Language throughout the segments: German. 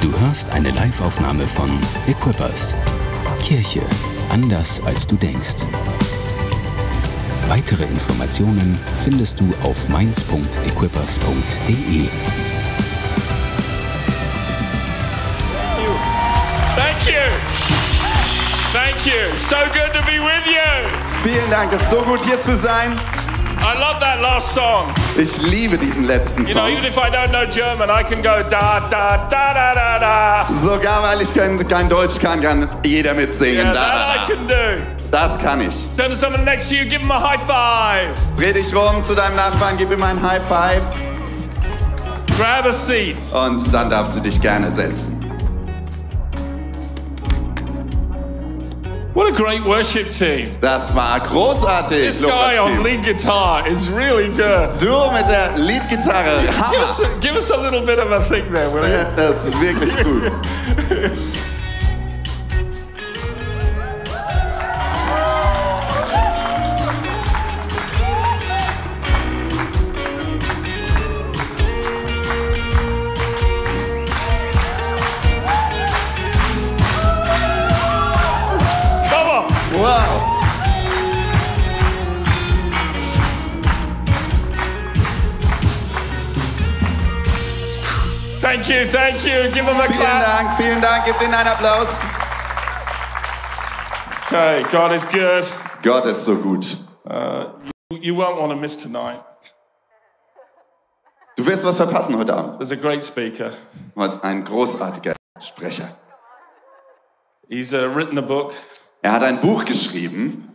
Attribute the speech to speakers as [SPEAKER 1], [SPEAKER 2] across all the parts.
[SPEAKER 1] Podcast eine Liveaufnahme von Equippers. Kirche anders als du denkst. Weitere Informationen findest du auf mainz.equippers.de.
[SPEAKER 2] Thank you. Thank you. So good to be with you.
[SPEAKER 3] Vielen Dank, es ist so gut hier zu sein.
[SPEAKER 2] I love that last song.
[SPEAKER 3] Ich liebe diesen letzten
[SPEAKER 2] You know,
[SPEAKER 3] Song.
[SPEAKER 2] even if I don't know German, I can go da da da da da da.
[SPEAKER 3] Sogar weil ich kein, kein Deutsch kann, kann jeder mitsingen.
[SPEAKER 2] Yeah,
[SPEAKER 3] Da,
[SPEAKER 2] that I
[SPEAKER 3] da,
[SPEAKER 2] can do.
[SPEAKER 3] da. Das kann ich.
[SPEAKER 2] Turn to someone next to you, give them a high five.
[SPEAKER 3] Dreh dich rum zu deinem Nachbarn, gib ihm einen High Five
[SPEAKER 2] Grab a seat.
[SPEAKER 3] und dann darfst du dich gerne setzen.
[SPEAKER 2] What a great worship team.
[SPEAKER 3] Das war
[SPEAKER 2] This
[SPEAKER 3] großartig,
[SPEAKER 2] guy on
[SPEAKER 3] Lukas.
[SPEAKER 2] lead guitar is really good.
[SPEAKER 3] Du mit der Leadgitarre.
[SPEAKER 2] Give us,
[SPEAKER 3] Hammer.
[SPEAKER 2] a, give us a little bit of a thing there, will you?
[SPEAKER 3] Das ist wirklich gut.
[SPEAKER 2] Come on.
[SPEAKER 3] Wow.
[SPEAKER 2] Thank you, thank you. Give them a
[SPEAKER 3] Vielen
[SPEAKER 2] clap.
[SPEAKER 3] Dank, vielen Dank. Gib ihnen einen Applaus.
[SPEAKER 2] Okay, God is good.
[SPEAKER 3] Gott ist so gut.
[SPEAKER 2] You won't want to miss tonight.
[SPEAKER 3] Du wirst was verpassen heute Abend.
[SPEAKER 2] There's a great speaker.
[SPEAKER 3] Heute ein großartiger Sprecher.
[SPEAKER 2] He's uh, written a book.
[SPEAKER 3] Er hat ein Buch geschrieben,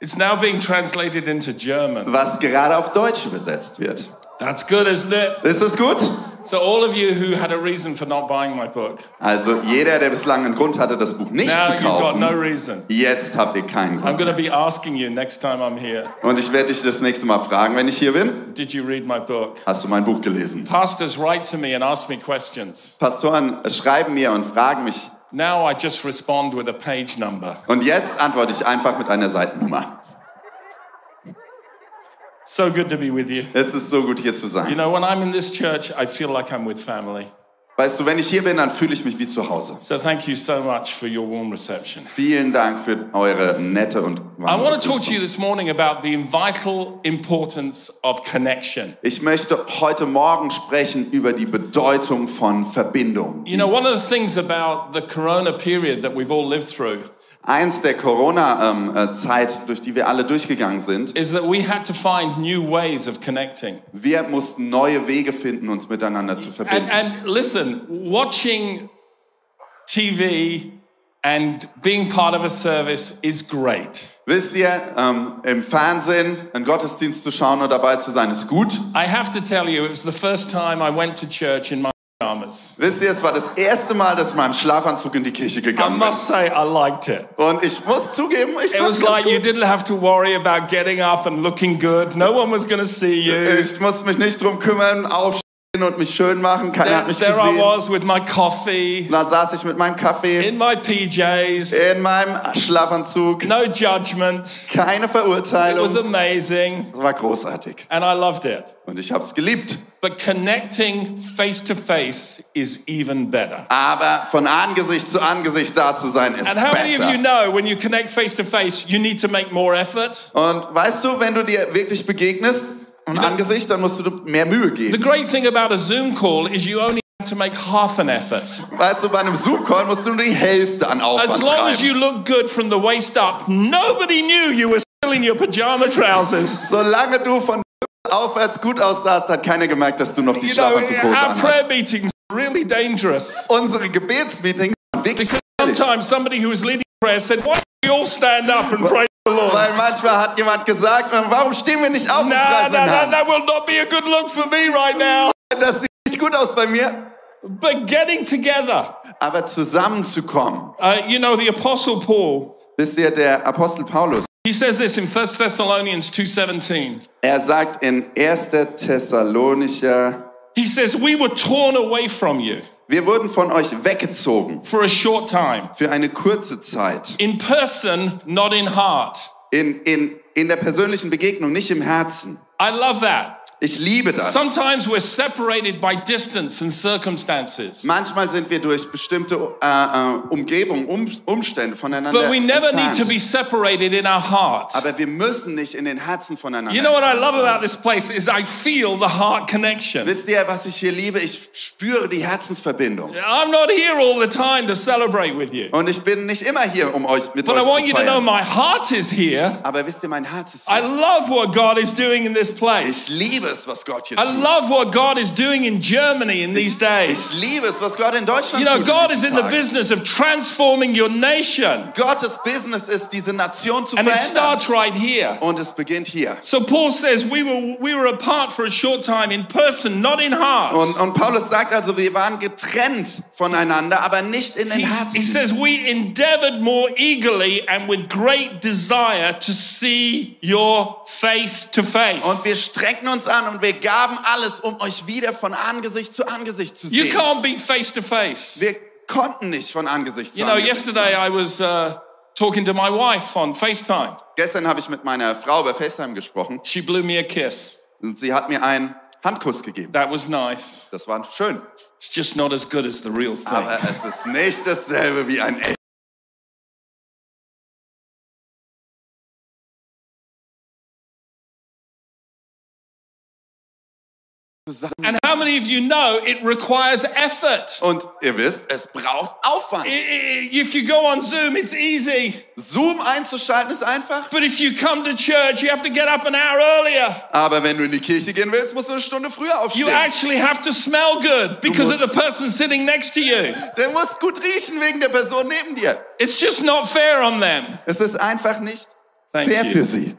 [SPEAKER 2] It's now being translated into German.
[SPEAKER 3] was gerade auf Deutsch übersetzt wird.
[SPEAKER 2] That's good, isn't it?
[SPEAKER 3] Ist es gut?
[SPEAKER 2] So, all of you who had a reason for not buying my book,
[SPEAKER 3] Also jeder, der bislang einen Grund hatte, das Buch nicht
[SPEAKER 2] now
[SPEAKER 3] zu
[SPEAKER 2] you've got
[SPEAKER 3] kaufen,
[SPEAKER 2] no reason.
[SPEAKER 3] jetzt habt ihr keinen
[SPEAKER 2] I'm
[SPEAKER 3] Grund.
[SPEAKER 2] going to be asking you next time I'm here,
[SPEAKER 3] Und ich werde dich das nächste Mal fragen, wenn ich hier bin.
[SPEAKER 2] did you read my book?
[SPEAKER 3] Hast du mein Buch gelesen?
[SPEAKER 2] Pastors write to me and ask me questions.
[SPEAKER 3] Pastoren schreiben mir und fragen mich.
[SPEAKER 2] Now I just respond with a page number.
[SPEAKER 3] Und jetzt antworte ich einfach mit einer Seitennummer.
[SPEAKER 2] So good to be with you.
[SPEAKER 3] Es ist so gut, hier zu
[SPEAKER 2] You
[SPEAKER 3] sein.
[SPEAKER 2] know, when I'm in this church, I feel like I'm with family.
[SPEAKER 3] Weißt du, wenn ich hier bin, dann fühle ich mich wie zu Hause.
[SPEAKER 2] So, thank you so much for your warm reception.
[SPEAKER 3] Vielen Dank für eure nette und warme
[SPEAKER 2] I want to talk to
[SPEAKER 3] Begrüßung.
[SPEAKER 2] you this morning about the vital importance of connection.
[SPEAKER 3] Ich möchte heute Morgen sprechen über die Bedeutung von Verbindung.
[SPEAKER 2] You know, one of the things about the corona period that we've all lived through
[SPEAKER 3] Eins der Corona-Zeit, durch die wir alle durchgegangen sind,
[SPEAKER 2] is that we had to find new ways of connecting.
[SPEAKER 3] wir mussten neue Wege finden, uns miteinander zu
[SPEAKER 2] And,
[SPEAKER 3] verbinden.
[SPEAKER 2] and listen, watching TV and being part of a service is great.
[SPEAKER 3] Wisst ihr, ähm, im Fernsehen einen Gottesdienst zu schauen und dabei zu sein, ist gut.
[SPEAKER 2] I have to tell you, it was the first time I went to church in my pajamas.
[SPEAKER 3] Wisst ihr, es war das erste Mal, dass ich in meinem Schlafanzug in die Kirche
[SPEAKER 2] I
[SPEAKER 3] gegangen bin.
[SPEAKER 2] must say, I liked it.
[SPEAKER 3] Und ich muss zugeben, ich
[SPEAKER 2] It was
[SPEAKER 3] fand's
[SPEAKER 2] like
[SPEAKER 3] ganz
[SPEAKER 2] you
[SPEAKER 3] gut.
[SPEAKER 2] didn't have to worry about getting up and looking good. No one was going to see you.
[SPEAKER 3] Ich muss mich nicht drum kümmern, aufstehen und mich schön machen. Keiner
[SPEAKER 2] There,
[SPEAKER 3] hat mich
[SPEAKER 2] there I
[SPEAKER 3] gesehen.
[SPEAKER 2] was with my coffee,
[SPEAKER 3] Und dann saß ich mit meinem Kaffee
[SPEAKER 2] in my PJs.
[SPEAKER 3] in meinem Schlafanzug.
[SPEAKER 2] No judgment.
[SPEAKER 3] Keine
[SPEAKER 2] It
[SPEAKER 3] Verurteilung.
[SPEAKER 2] was
[SPEAKER 3] Es
[SPEAKER 2] amazing.
[SPEAKER 3] war großartig.
[SPEAKER 2] And I loved it.
[SPEAKER 3] Und ich hab's geliebt.
[SPEAKER 2] But connecting face to face is even better.
[SPEAKER 3] Aber von Angesicht zu Angesicht da zu sein, ist
[SPEAKER 2] And how many of
[SPEAKER 3] besser.
[SPEAKER 2] you know when you connect face to face, you need to make more effort?
[SPEAKER 3] Und weißt du, wenn du dir wirklich begegnest, von Angesicht, dann musst du mehr Mühe
[SPEAKER 2] The
[SPEAKER 3] geben.
[SPEAKER 2] great thing about a Zoom call is you only have to make half an effort.
[SPEAKER 3] Weißt du, bei einem Zoom-Call musst du nur die Hälfte an
[SPEAKER 2] As
[SPEAKER 3] Aufwand
[SPEAKER 2] long as
[SPEAKER 3] treiben.
[SPEAKER 2] you look good from the waist up, nobody knew you were still in your pajama trousers.
[SPEAKER 3] Solange du von aufwärts gut aussahst, hat keiner gemerkt, dass du noch die
[SPEAKER 2] You know,
[SPEAKER 3] Schlafanzughose
[SPEAKER 2] our prayer
[SPEAKER 3] anhast.
[SPEAKER 2] meetings are really dangerous.
[SPEAKER 3] Unsere Gebetsmeetings waren wirklich gefährlich.
[SPEAKER 2] Sometimes somebody who was leading prayer said, Why don't we all stand up and praise the Lord?
[SPEAKER 3] Weil manchmal hat jemand gesagt, warum stehen wir nicht auf? und
[SPEAKER 2] No,
[SPEAKER 3] reißen
[SPEAKER 2] no,
[SPEAKER 3] den
[SPEAKER 2] no,
[SPEAKER 3] Hahn?"
[SPEAKER 2] that will not be a good look for me right now.
[SPEAKER 3] Das sieht nicht gut aus bei mir.
[SPEAKER 2] But getting together,
[SPEAKER 3] Aber zusammenzukommen,
[SPEAKER 2] uh, you know, the Apostle Paul,
[SPEAKER 3] wisst ihr, der Apostel Paulus,
[SPEAKER 2] he says this in 1 Thessalonians 2.17.
[SPEAKER 3] er sagt in 1. Thessalonicher,
[SPEAKER 2] He says, we were torn away from you
[SPEAKER 3] wir wurden von euch weggezogen
[SPEAKER 2] for a short time.
[SPEAKER 3] für eine kurze Zeit.
[SPEAKER 2] In person, not in heart.
[SPEAKER 3] In, in, in der persönlichen Begegnung, nicht im Herzen.
[SPEAKER 2] I love that.
[SPEAKER 3] Ich liebe das.
[SPEAKER 2] Sometimes we're separated by distance and circumstances,
[SPEAKER 3] Manchmal sind wir durch bestimmte äh, äh, Umgebungen, um, Umstände voneinander
[SPEAKER 2] but we never need
[SPEAKER 3] entfernt.
[SPEAKER 2] to be separated in our heart.
[SPEAKER 3] Aber wir müssen nicht in den Herzen voneinander.
[SPEAKER 2] You know what I
[SPEAKER 3] entfernt
[SPEAKER 2] love
[SPEAKER 3] sein.
[SPEAKER 2] about this place is I feel the heart connection.
[SPEAKER 3] Wisst ihr, was ich hier liebe? Ich spüre die Herzensverbindung.
[SPEAKER 2] I'm not here all the time to celebrate with you,
[SPEAKER 3] Und ich bin nicht immer hier, um euch mit
[SPEAKER 2] but I
[SPEAKER 3] euch
[SPEAKER 2] want
[SPEAKER 3] zu
[SPEAKER 2] you to know
[SPEAKER 3] feiern.
[SPEAKER 2] my heart is here.
[SPEAKER 3] Aber wisst ihr, mein Herz ist
[SPEAKER 2] I
[SPEAKER 3] hier.
[SPEAKER 2] love what God is doing in this
[SPEAKER 3] Ich
[SPEAKER 2] place.
[SPEAKER 3] liebe es, was Gott hier
[SPEAKER 2] I
[SPEAKER 3] tut.
[SPEAKER 2] love what God is doing in Germany in these
[SPEAKER 3] Ich
[SPEAKER 2] days.
[SPEAKER 3] liebe es, was Gott in Deutschland
[SPEAKER 2] You know,
[SPEAKER 3] tut.
[SPEAKER 2] God
[SPEAKER 3] in
[SPEAKER 2] is
[SPEAKER 3] diesen
[SPEAKER 2] in the
[SPEAKER 3] Tagen.
[SPEAKER 2] business of transforming your nation,
[SPEAKER 3] Gottes Business ist, diese Nation zu
[SPEAKER 2] and it
[SPEAKER 3] verändern.
[SPEAKER 2] starts right here.
[SPEAKER 3] Und es beginnt hier.
[SPEAKER 2] So Paul says we were we were apart for a short time in person, not in
[SPEAKER 3] Und,
[SPEAKER 2] heart.
[SPEAKER 3] und Paulus sagt also, wir waren getrennt voneinander, aber nicht in den
[SPEAKER 2] He, he
[SPEAKER 3] Herzen.
[SPEAKER 2] says we endeavored more eagerly and with great desire to see your face to
[SPEAKER 3] Und
[SPEAKER 2] face.
[SPEAKER 3] wir streckten uns an und wir gaben alles, um euch wieder von Angesicht zu Angesicht zu
[SPEAKER 2] You
[SPEAKER 3] sehen.
[SPEAKER 2] can't be face to face.
[SPEAKER 3] Wir konnten nicht von Angesicht zu
[SPEAKER 2] You know,
[SPEAKER 3] Angesicht.
[SPEAKER 2] yesterday I was uh, talking to my wife on FaceTime.
[SPEAKER 3] Gestern habe ich mit meiner Frau über FaceTime gesprochen
[SPEAKER 2] She blew me a kiss.
[SPEAKER 3] und sie hat mir einen Handkuss gegeben.
[SPEAKER 2] That was nice.
[SPEAKER 3] Das war schön,
[SPEAKER 2] It's just not as good as the real thing.
[SPEAKER 3] aber es ist nicht dasselbe wie ein echt.
[SPEAKER 2] and how many of you know it requires effort?
[SPEAKER 3] Und ihr wisst, es braucht Aufwand.
[SPEAKER 2] I- I- If you go on Zoom, it's easy.
[SPEAKER 3] Zoom einzuschalten ist einfach,
[SPEAKER 2] But if you come to church, you have to get up an hour earlier.
[SPEAKER 3] aber wenn du in die Kirche gehen willst, musst du eine Stunde früher
[SPEAKER 2] You
[SPEAKER 3] aufstehen.
[SPEAKER 2] actually have to smell good because of
[SPEAKER 3] musst-
[SPEAKER 2] the person sitting next to you.
[SPEAKER 3] Du musst gut riechen wegen der Person neben dir.
[SPEAKER 2] It's just not fair on them.
[SPEAKER 3] Es ist einfach nicht
[SPEAKER 2] Thank
[SPEAKER 3] fair
[SPEAKER 2] you.
[SPEAKER 3] für sie.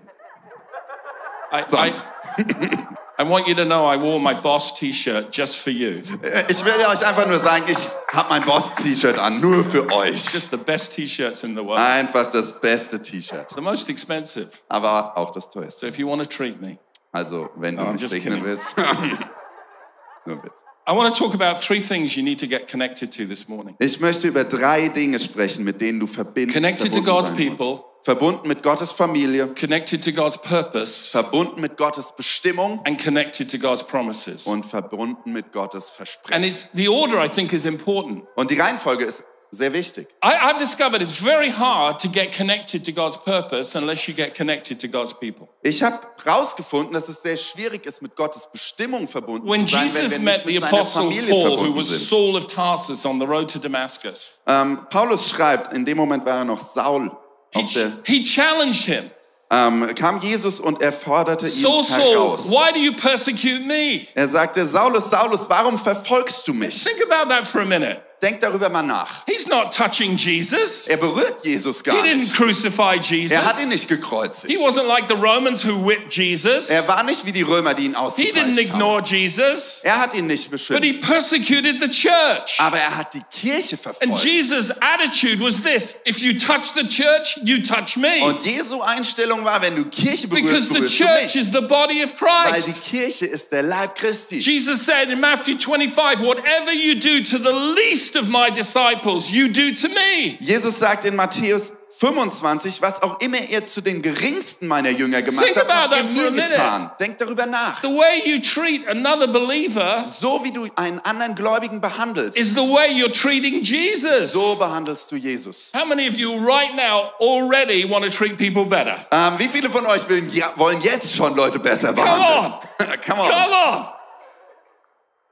[SPEAKER 2] I,
[SPEAKER 3] Sonst.
[SPEAKER 2] I- I want you to know I wore my boss t shirt just for you.
[SPEAKER 3] Äh, Ich will euch einfach nur sagen, ich habe mein Boss-T-Shirt an, nur für euch.
[SPEAKER 2] Just the best t shirts in the world,
[SPEAKER 3] Einfach das beste T-Shirt,
[SPEAKER 2] the most expensive.
[SPEAKER 3] aber auch das teuerste.
[SPEAKER 2] So if you want to treat me,
[SPEAKER 3] Also, wenn du
[SPEAKER 2] I'm
[SPEAKER 3] mich
[SPEAKER 2] just
[SPEAKER 3] segnen
[SPEAKER 2] kidding.
[SPEAKER 3] willst. Nur Witz.
[SPEAKER 2] I want to talk about three things you need to get connected to this morning.
[SPEAKER 3] ich möchte über drei Dinge sprechen, mit denen du verbinden
[SPEAKER 2] Connected to
[SPEAKER 3] verbunden
[SPEAKER 2] God's
[SPEAKER 3] sein musst.
[SPEAKER 2] people.
[SPEAKER 3] Verbunden mit Gottes Familie,
[SPEAKER 2] Connected to God's purpose
[SPEAKER 3] verbunden mit Gottes Bestimmung
[SPEAKER 2] and connected to God's promises.
[SPEAKER 3] und verbunden mit Gottes Versprechen.
[SPEAKER 2] And it's the order I think is important.
[SPEAKER 3] Und die Reihenfolge ist sehr wichtig.
[SPEAKER 2] I, I've discovered it's very hard to get connected to God's purpose unless you get connected to God's people.
[SPEAKER 3] Ich habe herausgefunden, dass es sehr schwierig ist, mit Gottes Bestimmung verbunden
[SPEAKER 2] When
[SPEAKER 3] zu sein,
[SPEAKER 2] Jesus
[SPEAKER 3] wenn wir
[SPEAKER 2] met
[SPEAKER 3] nicht
[SPEAKER 2] the
[SPEAKER 3] mit seiner
[SPEAKER 2] apostle
[SPEAKER 3] Familie
[SPEAKER 2] Paul, who
[SPEAKER 3] verbunden
[SPEAKER 2] was
[SPEAKER 3] sind.
[SPEAKER 2] Saul of Tarsus on the road to Damascus,
[SPEAKER 3] Ähm, Paulus schreibt, in dem Moment war er noch Saul.
[SPEAKER 2] he,
[SPEAKER 3] Auf der,
[SPEAKER 2] he challenged him.
[SPEAKER 3] ähm, kam Jesus und er forderte ihn
[SPEAKER 2] Saul, Saul,
[SPEAKER 3] heraus.
[SPEAKER 2] why do you persecute me?
[SPEAKER 3] Er sagte, Saulus, Saulus, warum verfolgst du mich?
[SPEAKER 2] Think about that for a minute.
[SPEAKER 3] Denk darüber mal nach.
[SPEAKER 2] He's not touching Jesus.
[SPEAKER 3] Er berührt Jesus
[SPEAKER 2] He
[SPEAKER 3] gar
[SPEAKER 2] didn't
[SPEAKER 3] nicht.
[SPEAKER 2] crucify Jesus.
[SPEAKER 3] Er hat ihn nicht
[SPEAKER 2] He
[SPEAKER 3] gekreuzigt.
[SPEAKER 2] wasn't like the Romans who whipped Jesus.
[SPEAKER 3] Er war nicht wie die Römer, die
[SPEAKER 2] He
[SPEAKER 3] ihn
[SPEAKER 2] didn't
[SPEAKER 3] ausgepeitscht haben.
[SPEAKER 2] ignore Jesus,
[SPEAKER 3] Er hat ihn nicht
[SPEAKER 2] but
[SPEAKER 3] beschimpft,
[SPEAKER 2] he persecuted the church.
[SPEAKER 3] aber er hat die Kirche
[SPEAKER 2] And
[SPEAKER 3] verfolgt.
[SPEAKER 2] Jesus' attitude was this if you touch the church, you touch me.
[SPEAKER 3] Und Jesu Einstellung war, wenn du Kirche
[SPEAKER 2] Because
[SPEAKER 3] berührst,
[SPEAKER 2] the
[SPEAKER 3] berührst du
[SPEAKER 2] church
[SPEAKER 3] mich.
[SPEAKER 2] is the body of
[SPEAKER 3] Weil die
[SPEAKER 2] Christ.
[SPEAKER 3] Kirche ist der Leib Christi.
[SPEAKER 2] Jesus said in Matthew 25, whatever you do to the least of my disciples, you do to me.
[SPEAKER 3] Jesus sagt in Matthäus 25, was auch immer ihr zu den geringsten meiner Jünger gemacht
[SPEAKER 2] Think
[SPEAKER 3] habt, habt
[SPEAKER 2] about
[SPEAKER 3] ihr
[SPEAKER 2] that
[SPEAKER 3] mir
[SPEAKER 2] for a minute.
[SPEAKER 3] getan. Denkt darüber nach.
[SPEAKER 2] The way you treat another believer
[SPEAKER 3] So wie du einen anderen Gläubigen behandelst,
[SPEAKER 2] is the way you're treating Jesus.
[SPEAKER 3] so behandelst du Jesus.
[SPEAKER 2] How many of you right now already want to treat people better?
[SPEAKER 3] Ähm, wie viele von euch wollen, ja, wollen jetzt schon Leute besser behandeln? Come on.
[SPEAKER 2] Come on.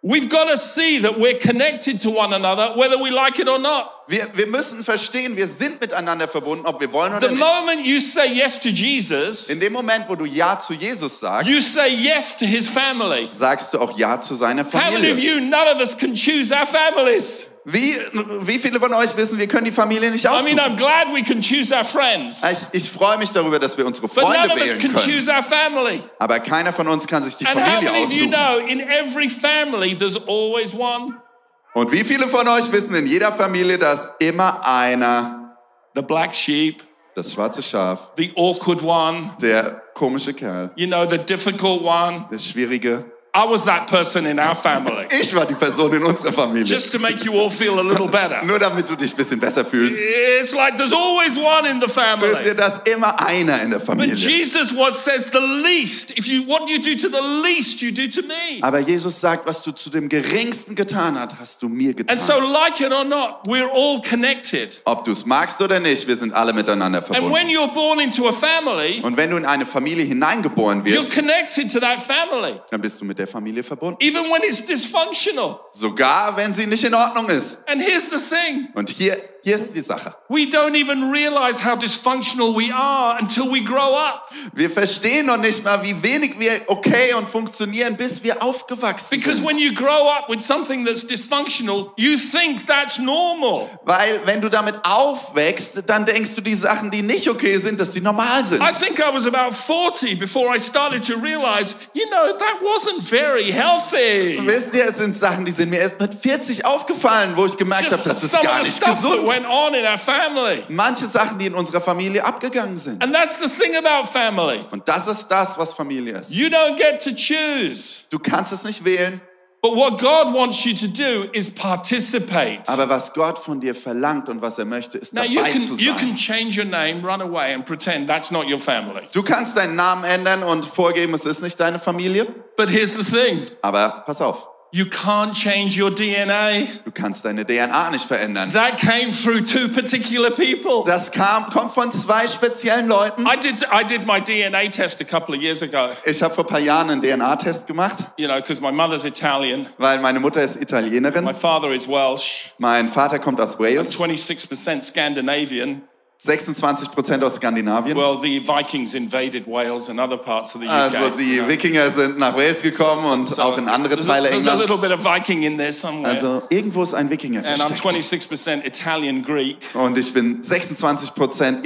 [SPEAKER 2] We've got to see that we're connected to one another, whether we like it or not.
[SPEAKER 3] Wir, wir müssen verstehen, wir sind miteinander verbunden, ob wir wollen oder
[SPEAKER 2] The
[SPEAKER 3] nicht.
[SPEAKER 2] moment you say yes to Jesus,
[SPEAKER 3] In dem Moment, wo du Ja zu Jesus sagst,
[SPEAKER 2] you say yes to his family.
[SPEAKER 3] sagst du auch Ja zu seiner
[SPEAKER 2] How many of
[SPEAKER 3] Familie.
[SPEAKER 2] you, none of us can choose our families?
[SPEAKER 3] Wie, wie viele von euch wissen, wir können die Familie nicht
[SPEAKER 2] I mean,
[SPEAKER 3] aussuchen?
[SPEAKER 2] I'm glad we can choose our friends,
[SPEAKER 3] Ich, ich freue mich darüber, dass wir unsere
[SPEAKER 2] but none of
[SPEAKER 3] Freunde
[SPEAKER 2] us
[SPEAKER 3] wählen
[SPEAKER 2] can
[SPEAKER 3] können.
[SPEAKER 2] choose our family.
[SPEAKER 3] Aber keiner von uns kann sich die
[SPEAKER 2] And how
[SPEAKER 3] Familie
[SPEAKER 2] many of you
[SPEAKER 3] aussuchen.
[SPEAKER 2] know in every family there's always one?
[SPEAKER 3] Und wie viele von euch wissen in jeder Familie, dass immer einer,
[SPEAKER 2] The black sheep,
[SPEAKER 3] das schwarze Schaf,
[SPEAKER 2] the awkward one,
[SPEAKER 3] der komische Kerl,
[SPEAKER 2] you know, the difficult one.
[SPEAKER 3] der schwierige,
[SPEAKER 2] I was that person in our family.
[SPEAKER 3] Ich war die Person in unserer Familie.
[SPEAKER 2] Just to make you all feel a little better.
[SPEAKER 3] Nur damit du dich ein bisschen besser fühlst.
[SPEAKER 2] It's like there's always one in the
[SPEAKER 3] Wisst ihr,
[SPEAKER 2] family.
[SPEAKER 3] dass immer einer in der
[SPEAKER 2] But
[SPEAKER 3] Familie.
[SPEAKER 2] Jesus what says the least, if you what you do to the least, you do to me.
[SPEAKER 3] Aber Jesus sagt, was du zu dem Geringsten getan hast, hast du mir getan.
[SPEAKER 2] And so like it or not, we're all connected.
[SPEAKER 3] Ob du es magst oder nicht, wir sind alle miteinander
[SPEAKER 2] And when
[SPEAKER 3] verbunden.
[SPEAKER 2] you're born into a family,
[SPEAKER 3] Und wenn du in eine Familie hineingeboren
[SPEAKER 2] you're
[SPEAKER 3] wirst,
[SPEAKER 2] connected to that family.
[SPEAKER 3] dann bist du mit der Familie verbunden.
[SPEAKER 2] Even when it's dysfunctional.
[SPEAKER 3] Sogar wenn sie nicht in Ordnung ist.
[SPEAKER 2] And here's the thing.
[SPEAKER 3] Und hier, hier ist die Sache.
[SPEAKER 2] We don't even realize how dysfunctional we are until we grow up
[SPEAKER 3] Wir verstehen noch nicht mal, wie wenig wir okay und funktionieren, bis wir aufgewachsen
[SPEAKER 2] because
[SPEAKER 3] sind.
[SPEAKER 2] when you grow up with something that's dysfunctional, you think that's normal.
[SPEAKER 3] Weil wenn du damit aufwächst, dann denkst du, die Sachen, die nicht okay sind, dass die normal sind.
[SPEAKER 2] I think I was about 40 before I started to realize, you know, that wasn't very healthy.
[SPEAKER 3] Wisst ihr, es sind Sachen, die sind mir erst mit 40 aufgefallen, wo ich gemerkt habe,
[SPEAKER 2] Just
[SPEAKER 3] das ist
[SPEAKER 2] some of
[SPEAKER 3] gar
[SPEAKER 2] the
[SPEAKER 3] nicht
[SPEAKER 2] stuff that
[SPEAKER 3] gesund.
[SPEAKER 2] went on in our family.
[SPEAKER 3] Manche Sachen, die in unserer Familie abgegangen sind.
[SPEAKER 2] And that's the thing about family.
[SPEAKER 3] Und das ist das, was Familie ist.
[SPEAKER 2] You don't get to choose.
[SPEAKER 3] Du kannst es nicht wählen,
[SPEAKER 2] But what God wants you to do is participate.
[SPEAKER 3] aber was Gott von dir verlangt und was er möchte, ist
[SPEAKER 2] Now you
[SPEAKER 3] dabei
[SPEAKER 2] can
[SPEAKER 3] zu
[SPEAKER 2] you can
[SPEAKER 3] sein.
[SPEAKER 2] change your name, run away, and pretend that's not your family.
[SPEAKER 3] Du kannst deinen Namen ändern und vorgeben, es ist nicht deine Familie.
[SPEAKER 2] But here's the thing:
[SPEAKER 3] Aber pass auf,
[SPEAKER 2] you can't change your DNA.
[SPEAKER 3] du kannst deine DNA nicht verändern.
[SPEAKER 2] That came through two particular people.
[SPEAKER 3] Das kam, kommt von zwei speziellen Leuten.
[SPEAKER 2] I did I did my DNA test a couple of years ago.
[SPEAKER 3] Ich habe vor ein paar Jahren einen DNA-Test gemacht,
[SPEAKER 2] You know, because my mother's Italian,
[SPEAKER 3] weil meine Mutter ist
[SPEAKER 2] my
[SPEAKER 3] Italienerin,
[SPEAKER 2] father is Welsh,
[SPEAKER 3] mein Vater kommt aus Wales,
[SPEAKER 2] 26% Scandinavian.
[SPEAKER 3] 26% aus Skandinavien.
[SPEAKER 2] Well, the Vikings invaded Wales and other parts of the UK.
[SPEAKER 3] Also die Wikinger sind nach Wales gekommen und
[SPEAKER 2] Genau. So
[SPEAKER 3] auch in andere
[SPEAKER 2] there's a-
[SPEAKER 3] Teile
[SPEAKER 2] There's a
[SPEAKER 3] Englands.
[SPEAKER 2] little bit of Viking in there somewhere.
[SPEAKER 3] Also irgendwo ist ein Wikinger
[SPEAKER 2] and I'm
[SPEAKER 3] versteckt.
[SPEAKER 2] 26% Italian Greek.
[SPEAKER 3] Und ich bin 26%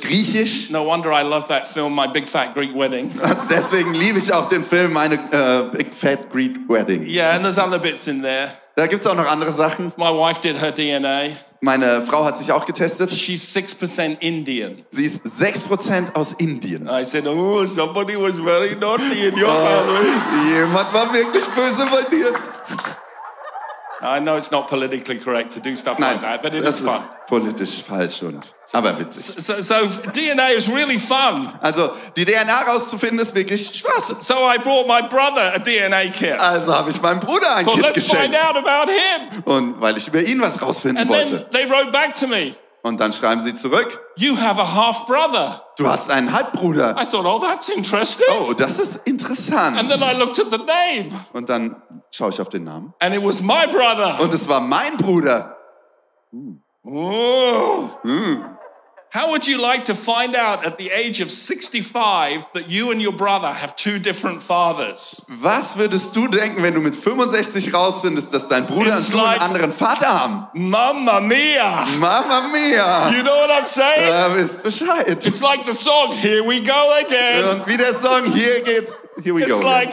[SPEAKER 3] griechisch.
[SPEAKER 2] No wonder I love that film, My Big Fat Greek Wedding.
[SPEAKER 3] Deswegen liebe ich auch den Film Meine äh, Big Fat Greek Wedding.
[SPEAKER 2] Yeah, and there's other bits in there.
[SPEAKER 3] Da gibt's auch noch andere Sachen.
[SPEAKER 2] My wife did her DNA.
[SPEAKER 3] Meine Frau hat sich auch getestet.
[SPEAKER 2] She's 6% Indian.
[SPEAKER 3] Sie ist 6% aus Indien.
[SPEAKER 2] I said, Oh, somebody was very naughty in your
[SPEAKER 3] Uh,
[SPEAKER 2] family.
[SPEAKER 3] Oh, Jemand war wirklich böse bei dir.
[SPEAKER 2] I know it's not politically correct to do stuff like
[SPEAKER 3] Nein,
[SPEAKER 2] that, but it
[SPEAKER 3] das
[SPEAKER 2] is
[SPEAKER 3] ist
[SPEAKER 2] fun.
[SPEAKER 3] politisch falsch und aber witzig.
[SPEAKER 2] So, so DNA is really fun.
[SPEAKER 3] Also die DNA rauszufinden ist wirklich
[SPEAKER 2] So,
[SPEAKER 3] Spaß.
[SPEAKER 2] so I brought my brother a DNA kit.
[SPEAKER 3] Also habe ich meinem Bruder ein
[SPEAKER 2] Well,
[SPEAKER 3] Kind
[SPEAKER 2] let's find
[SPEAKER 3] geschenkt.
[SPEAKER 2] out about him.
[SPEAKER 3] Und weil ich über ihn was rausfinden
[SPEAKER 2] And then
[SPEAKER 3] wollte.
[SPEAKER 2] they wrote back to me,
[SPEAKER 3] Und dann schreiben sie zurück,
[SPEAKER 2] You have a half brother.
[SPEAKER 3] du hast einen Halbbruder.
[SPEAKER 2] I thought, Oh, that's interesting.
[SPEAKER 3] Oh, das ist
[SPEAKER 2] And then I
[SPEAKER 3] interessant.
[SPEAKER 2] looked at the name,
[SPEAKER 3] Und dann schaue ich auf den Namen.
[SPEAKER 2] and it was my brother.
[SPEAKER 3] Und es war mein Bruder.
[SPEAKER 2] Ooh.
[SPEAKER 3] Hmm.
[SPEAKER 2] How would you like to find out at the age of 65 that you and your brother have two different fathers?
[SPEAKER 3] Was würdest du denken, wenn du mit 65 rausfindest, dass dein Bruder
[SPEAKER 2] It's
[SPEAKER 3] und du einen
[SPEAKER 2] like-
[SPEAKER 3] anderen Vater haben?
[SPEAKER 2] Mamma mia!
[SPEAKER 3] Mama mia!
[SPEAKER 2] You know what I'm saying?
[SPEAKER 3] Da wisst Bescheid.
[SPEAKER 2] It's like the song, Here We Go Again.
[SPEAKER 3] Und wie der Song, hier geht's. Here we
[SPEAKER 2] It's
[SPEAKER 3] go.
[SPEAKER 2] like,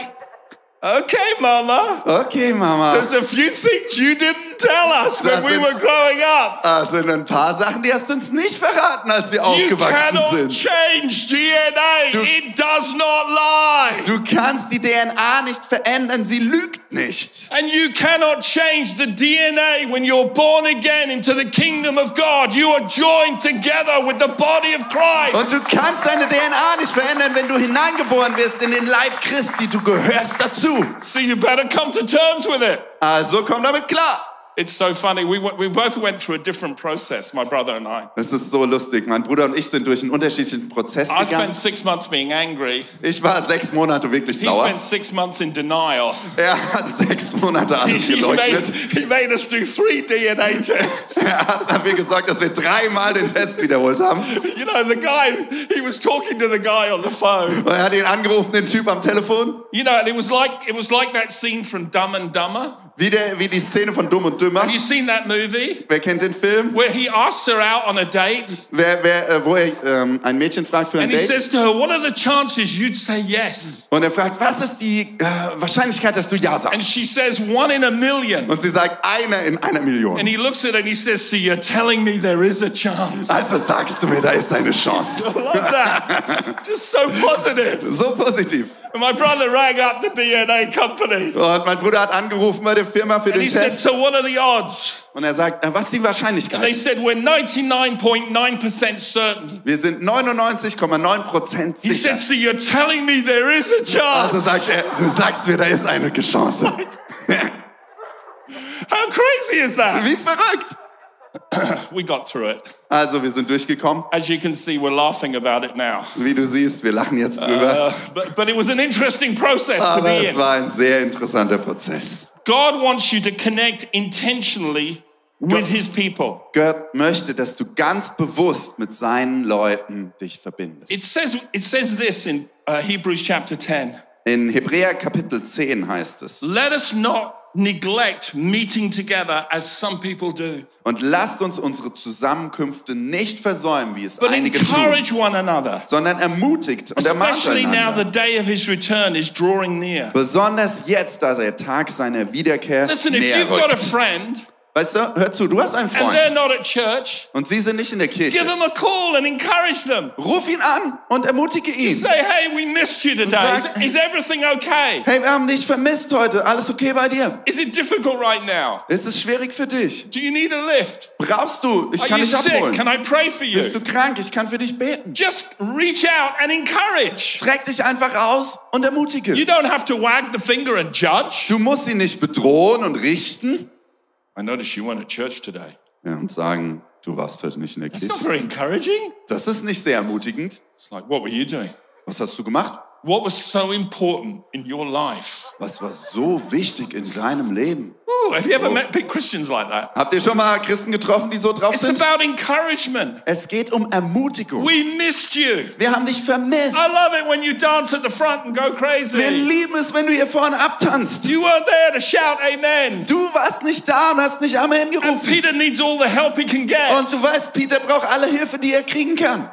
[SPEAKER 2] Okay, Mama,
[SPEAKER 3] Okay, Mama.
[SPEAKER 2] there's a few things you didn't tell us when
[SPEAKER 3] That's
[SPEAKER 2] we
[SPEAKER 3] it.
[SPEAKER 2] were growing up.
[SPEAKER 3] Das sind Also, ein paar Sachen, die hast du uns nicht verraten, als wir
[SPEAKER 2] You cannot
[SPEAKER 3] aufgewachsen sind.
[SPEAKER 2] change DNA,
[SPEAKER 3] Du-
[SPEAKER 2] it does not lie.
[SPEAKER 3] Du kannst die DNA nicht verändern, sie lügt nicht.
[SPEAKER 2] And you cannot change the DNA when you're born again into the kingdom of God. You are joined together with the body of Christ.
[SPEAKER 3] Und du kannst deine DNA nicht verändern, wenn du hineingeboren wirst in den Leib Christi. Du gehörst dazu.
[SPEAKER 2] So you better come to terms with it.
[SPEAKER 3] Also komm damit klar.
[SPEAKER 2] It's so funny. We, went- we both went through a different process, my brother and I.
[SPEAKER 3] Das ist so lustig. Mein Bruder und ich sind durch einen unterschiedlichen Prozess
[SPEAKER 2] I
[SPEAKER 3] gegangen.
[SPEAKER 2] spent six months being angry.
[SPEAKER 3] Ich war sechs Monate wirklich
[SPEAKER 2] He
[SPEAKER 3] sauer.
[SPEAKER 2] spent six months in denial.
[SPEAKER 3] Er hat sechs Monate alles
[SPEAKER 2] He made,
[SPEAKER 3] geleugnet.
[SPEAKER 2] he made us do three DNA tests.
[SPEAKER 3] Er hat dafür gesorgt, dass wir dreimal den Test wiederholt haben.
[SPEAKER 2] You know, the guy, he was talking to the guy on the phone.
[SPEAKER 3] Und er hat ihn angerufen, den Typ am Telefon.
[SPEAKER 2] You know, and it was like it was like that scene from Dumb and Dumber.
[SPEAKER 3] Wie, der, wie die Szene von Dumm und Dümmer.
[SPEAKER 2] Have you seen that movie?
[SPEAKER 3] Wer kennt den Film?
[SPEAKER 2] where he asks her out on a date
[SPEAKER 3] Wer, wer, äh, wo er ähm, ein Mädchen fragt für ein
[SPEAKER 2] and he
[SPEAKER 3] Date.
[SPEAKER 2] says to her, What are the chances you'd say yes?
[SPEAKER 3] Und er fragt, was ist die äh, Wahrscheinlichkeit, dass du Ja sagst?
[SPEAKER 2] And she says, One in a million.
[SPEAKER 3] Und sie sagt, einer in einer Million.
[SPEAKER 2] And he looks at her and he says, So you're telling me there is a chance. I
[SPEAKER 3] Also sagst du mir, da ist eine Chance.
[SPEAKER 2] love that. Just so positive.
[SPEAKER 3] So positiv.
[SPEAKER 2] And my brother rang up the DNA company.
[SPEAKER 3] Und mein Bruder hat angerufen bei der Firma für
[SPEAKER 2] And he
[SPEAKER 3] den
[SPEAKER 2] said,
[SPEAKER 3] Test.
[SPEAKER 2] So what are the odds?
[SPEAKER 3] Und er sagt, na, was ist die
[SPEAKER 2] They
[SPEAKER 3] Wahrscheinlichkeit?
[SPEAKER 2] said, We're 99.9% certain.
[SPEAKER 3] Wir sind 99,9%
[SPEAKER 2] He said,
[SPEAKER 3] sicher.
[SPEAKER 2] So you're telling me there is a
[SPEAKER 3] Also
[SPEAKER 2] chance?
[SPEAKER 3] sagt er, du sagst mir, da ist eine
[SPEAKER 2] Oh
[SPEAKER 3] Chance.
[SPEAKER 2] How crazy is that?
[SPEAKER 3] Wie verrückt.
[SPEAKER 2] We got through it.
[SPEAKER 3] Also wir sind durchgekommen.
[SPEAKER 2] As you can see, we're laughing about it now.
[SPEAKER 3] Wie du siehst, wir lachen jetzt drüber.
[SPEAKER 2] Uh, but, but it was an interesting process to
[SPEAKER 3] Aber
[SPEAKER 2] be
[SPEAKER 3] es
[SPEAKER 2] in.
[SPEAKER 3] war ein sehr interessanter Prozess.
[SPEAKER 2] God wants you to connect intentionally with his people.
[SPEAKER 3] Gott möchte, dass du ganz bewusst mit seinen Leuten dich
[SPEAKER 2] It
[SPEAKER 3] verbindest.
[SPEAKER 2] says, it says this in uh, Hebrews chapter 10.
[SPEAKER 3] In Hebräer Kapitel 10 heißt es,
[SPEAKER 2] Let us not neglect meeting together as some people do,
[SPEAKER 3] und lasst uns unsere Zusammenkünfte nicht versäumen, wie es
[SPEAKER 2] but
[SPEAKER 3] einige tun,
[SPEAKER 2] encourage one another.
[SPEAKER 3] sondern ermutigt und ermahnt
[SPEAKER 2] Especially now the
[SPEAKER 3] einander.
[SPEAKER 2] day of his return is drawing near.
[SPEAKER 3] Besonders jetzt, da der Tag seiner Wiederkehr
[SPEAKER 2] Listen, if
[SPEAKER 3] näher
[SPEAKER 2] you've got a
[SPEAKER 3] rückt.
[SPEAKER 2] friend
[SPEAKER 3] Weißt du, hör zu, du hast einen
[SPEAKER 2] and they're
[SPEAKER 3] Freund
[SPEAKER 2] not at church,
[SPEAKER 3] und sie sind nicht in der
[SPEAKER 2] give
[SPEAKER 3] Kirche.
[SPEAKER 2] them a call and encourage them.
[SPEAKER 3] Ruf ihn an und ermutige ihn.
[SPEAKER 2] Say, hey, we missed you today. Is,
[SPEAKER 3] Sag-
[SPEAKER 2] is everything okay?
[SPEAKER 3] Hey, wir haben dich vermisst heute. Alles okay bei dir?
[SPEAKER 2] Is it difficult right now?
[SPEAKER 3] Ist es schwierig für dich?
[SPEAKER 2] Do you need a lift?
[SPEAKER 3] Brauchst du? Ich
[SPEAKER 2] Are
[SPEAKER 3] kann
[SPEAKER 2] you
[SPEAKER 3] dich
[SPEAKER 2] sick?
[SPEAKER 3] abholen.
[SPEAKER 2] Can I pray for
[SPEAKER 3] Bist
[SPEAKER 2] you?
[SPEAKER 3] du krank? Ich kann für dich beten.
[SPEAKER 2] Just reach out and encourage.
[SPEAKER 3] Streck dich einfach aus und
[SPEAKER 2] You
[SPEAKER 3] ermutige.
[SPEAKER 2] don't have to wag the finger and judge.
[SPEAKER 3] Du musst ihn nicht bedrohen und richten
[SPEAKER 2] I noticed you weren't at church today.
[SPEAKER 3] ja, und sagen, du warst heute nicht in der
[SPEAKER 2] It's not
[SPEAKER 3] Kirche.
[SPEAKER 2] very encouraging.
[SPEAKER 3] Das ist nicht sehr ermutigend.
[SPEAKER 2] It's like, what were you doing?
[SPEAKER 3] Was hast du gemacht?
[SPEAKER 2] What was so important in your life?
[SPEAKER 3] Was war so wichtig in deinem Leben?
[SPEAKER 2] Ooh, have you ever met big Christians like that?
[SPEAKER 3] Habt ihr schon mal Christen getroffen, die so drauf
[SPEAKER 2] It's
[SPEAKER 3] sind?
[SPEAKER 2] about encouragement.
[SPEAKER 3] Es geht um Ermutigung.
[SPEAKER 2] We missed you.
[SPEAKER 3] Wir haben dich vermisst.
[SPEAKER 2] I love it when you dance at the front and go
[SPEAKER 3] Wir
[SPEAKER 2] crazy.
[SPEAKER 3] lieben es, wenn du hier vorne abtanzt.
[SPEAKER 2] You weren't there to shout amen.
[SPEAKER 3] Du warst nicht da und hast nicht Amen
[SPEAKER 2] And
[SPEAKER 3] gerufen.
[SPEAKER 2] Peter needs all the help he can get.
[SPEAKER 3] Und du weißt, Peter braucht alle Hilfe, die er kriegen kann.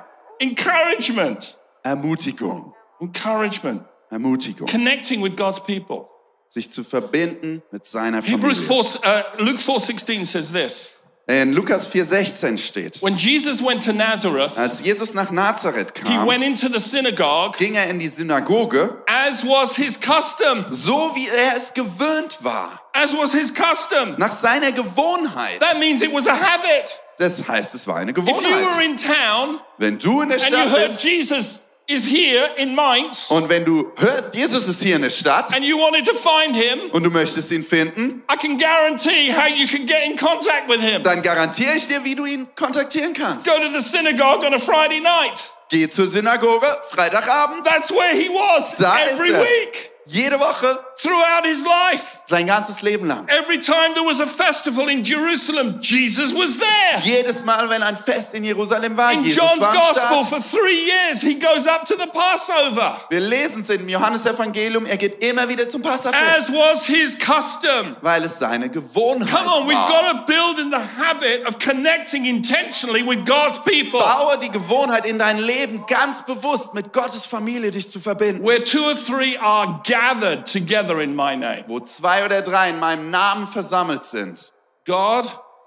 [SPEAKER 2] Encouragement.
[SPEAKER 3] Ermutigung.
[SPEAKER 2] Encouragement.
[SPEAKER 3] Ermutigung.
[SPEAKER 2] Connecting with God's people.
[SPEAKER 3] Sich zu verbinden mit seiner
[SPEAKER 2] Hebrews
[SPEAKER 3] Familie.
[SPEAKER 2] 4, uh, Luke 4.16 says this.
[SPEAKER 3] In Lukas 4,16 steht,
[SPEAKER 2] When Jesus went to Nazareth,
[SPEAKER 3] als Jesus nach Nazareth
[SPEAKER 2] He
[SPEAKER 3] kam,
[SPEAKER 2] went into the synagogue
[SPEAKER 3] ging er in die Synagoge,
[SPEAKER 2] as was his custom,
[SPEAKER 3] so wie er es gewöhnt war,
[SPEAKER 2] as was his custom.
[SPEAKER 3] nach seiner Gewohnheit.
[SPEAKER 2] That means it was a habit.
[SPEAKER 3] Das heißt, es war eine
[SPEAKER 2] If you were
[SPEAKER 3] Gewohnheit.
[SPEAKER 2] in town
[SPEAKER 3] Wenn du in der
[SPEAKER 2] and you
[SPEAKER 3] Stadt
[SPEAKER 2] heard
[SPEAKER 3] bist
[SPEAKER 2] Jesus is here in Mainz
[SPEAKER 3] und wenn du hörst, Jesus ist hier in der Stadt
[SPEAKER 2] and you wanted to find him,
[SPEAKER 3] und du möchtest ihn finden,
[SPEAKER 2] I can guarantee how you can get in contact with him.
[SPEAKER 3] dann garantiere ich dir, wie du ihn kontaktieren kannst.
[SPEAKER 2] Go to the synagogue on a Friday night.
[SPEAKER 3] Geh zur Synagoge, Freitagabend,
[SPEAKER 2] That's where he was
[SPEAKER 3] Da ist
[SPEAKER 2] every
[SPEAKER 3] er.
[SPEAKER 2] week
[SPEAKER 3] jede Woche,
[SPEAKER 2] throughout his life.
[SPEAKER 3] sein ganzes Leben lang.
[SPEAKER 2] Every time there was a festival in Jerusalem, Jesus was there.
[SPEAKER 3] Jedes Mal, wenn ein Fest in Jerusalem war,
[SPEAKER 2] In
[SPEAKER 3] Jesus
[SPEAKER 2] John's
[SPEAKER 3] war am Start.
[SPEAKER 2] gospel for three years, he goes up to the Passover,
[SPEAKER 3] Wir lesen es im Johannesevangelium, er geht immer wieder zum
[SPEAKER 2] as
[SPEAKER 3] Passafest,
[SPEAKER 2] was his custom.
[SPEAKER 3] weil es seine Gewohnheit
[SPEAKER 2] Come on, we've
[SPEAKER 3] war.
[SPEAKER 2] got to build in the habit of connecting intentionally with God's people.
[SPEAKER 3] Baue die Gewohnheit in dein Leben ganz bewusst mit Gottes Familie dich zu verbinden.
[SPEAKER 2] Where two or three are gathered together in my name.
[SPEAKER 3] Wo zwei oder drei in meinem Namen versammelt sind.
[SPEAKER 2] God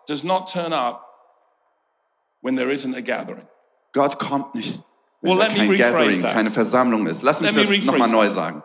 [SPEAKER 2] does not turn up when there isn't a gathering.
[SPEAKER 3] Gott kommt nicht, wenn
[SPEAKER 2] Well, let
[SPEAKER 3] da
[SPEAKER 2] me
[SPEAKER 3] kein
[SPEAKER 2] rephrase
[SPEAKER 3] Gathering,
[SPEAKER 2] that.
[SPEAKER 3] keine Versammlung ist. Lass mich
[SPEAKER 2] Let me
[SPEAKER 3] das
[SPEAKER 2] rephrase
[SPEAKER 3] nochmal
[SPEAKER 2] that.
[SPEAKER 3] neu sagen.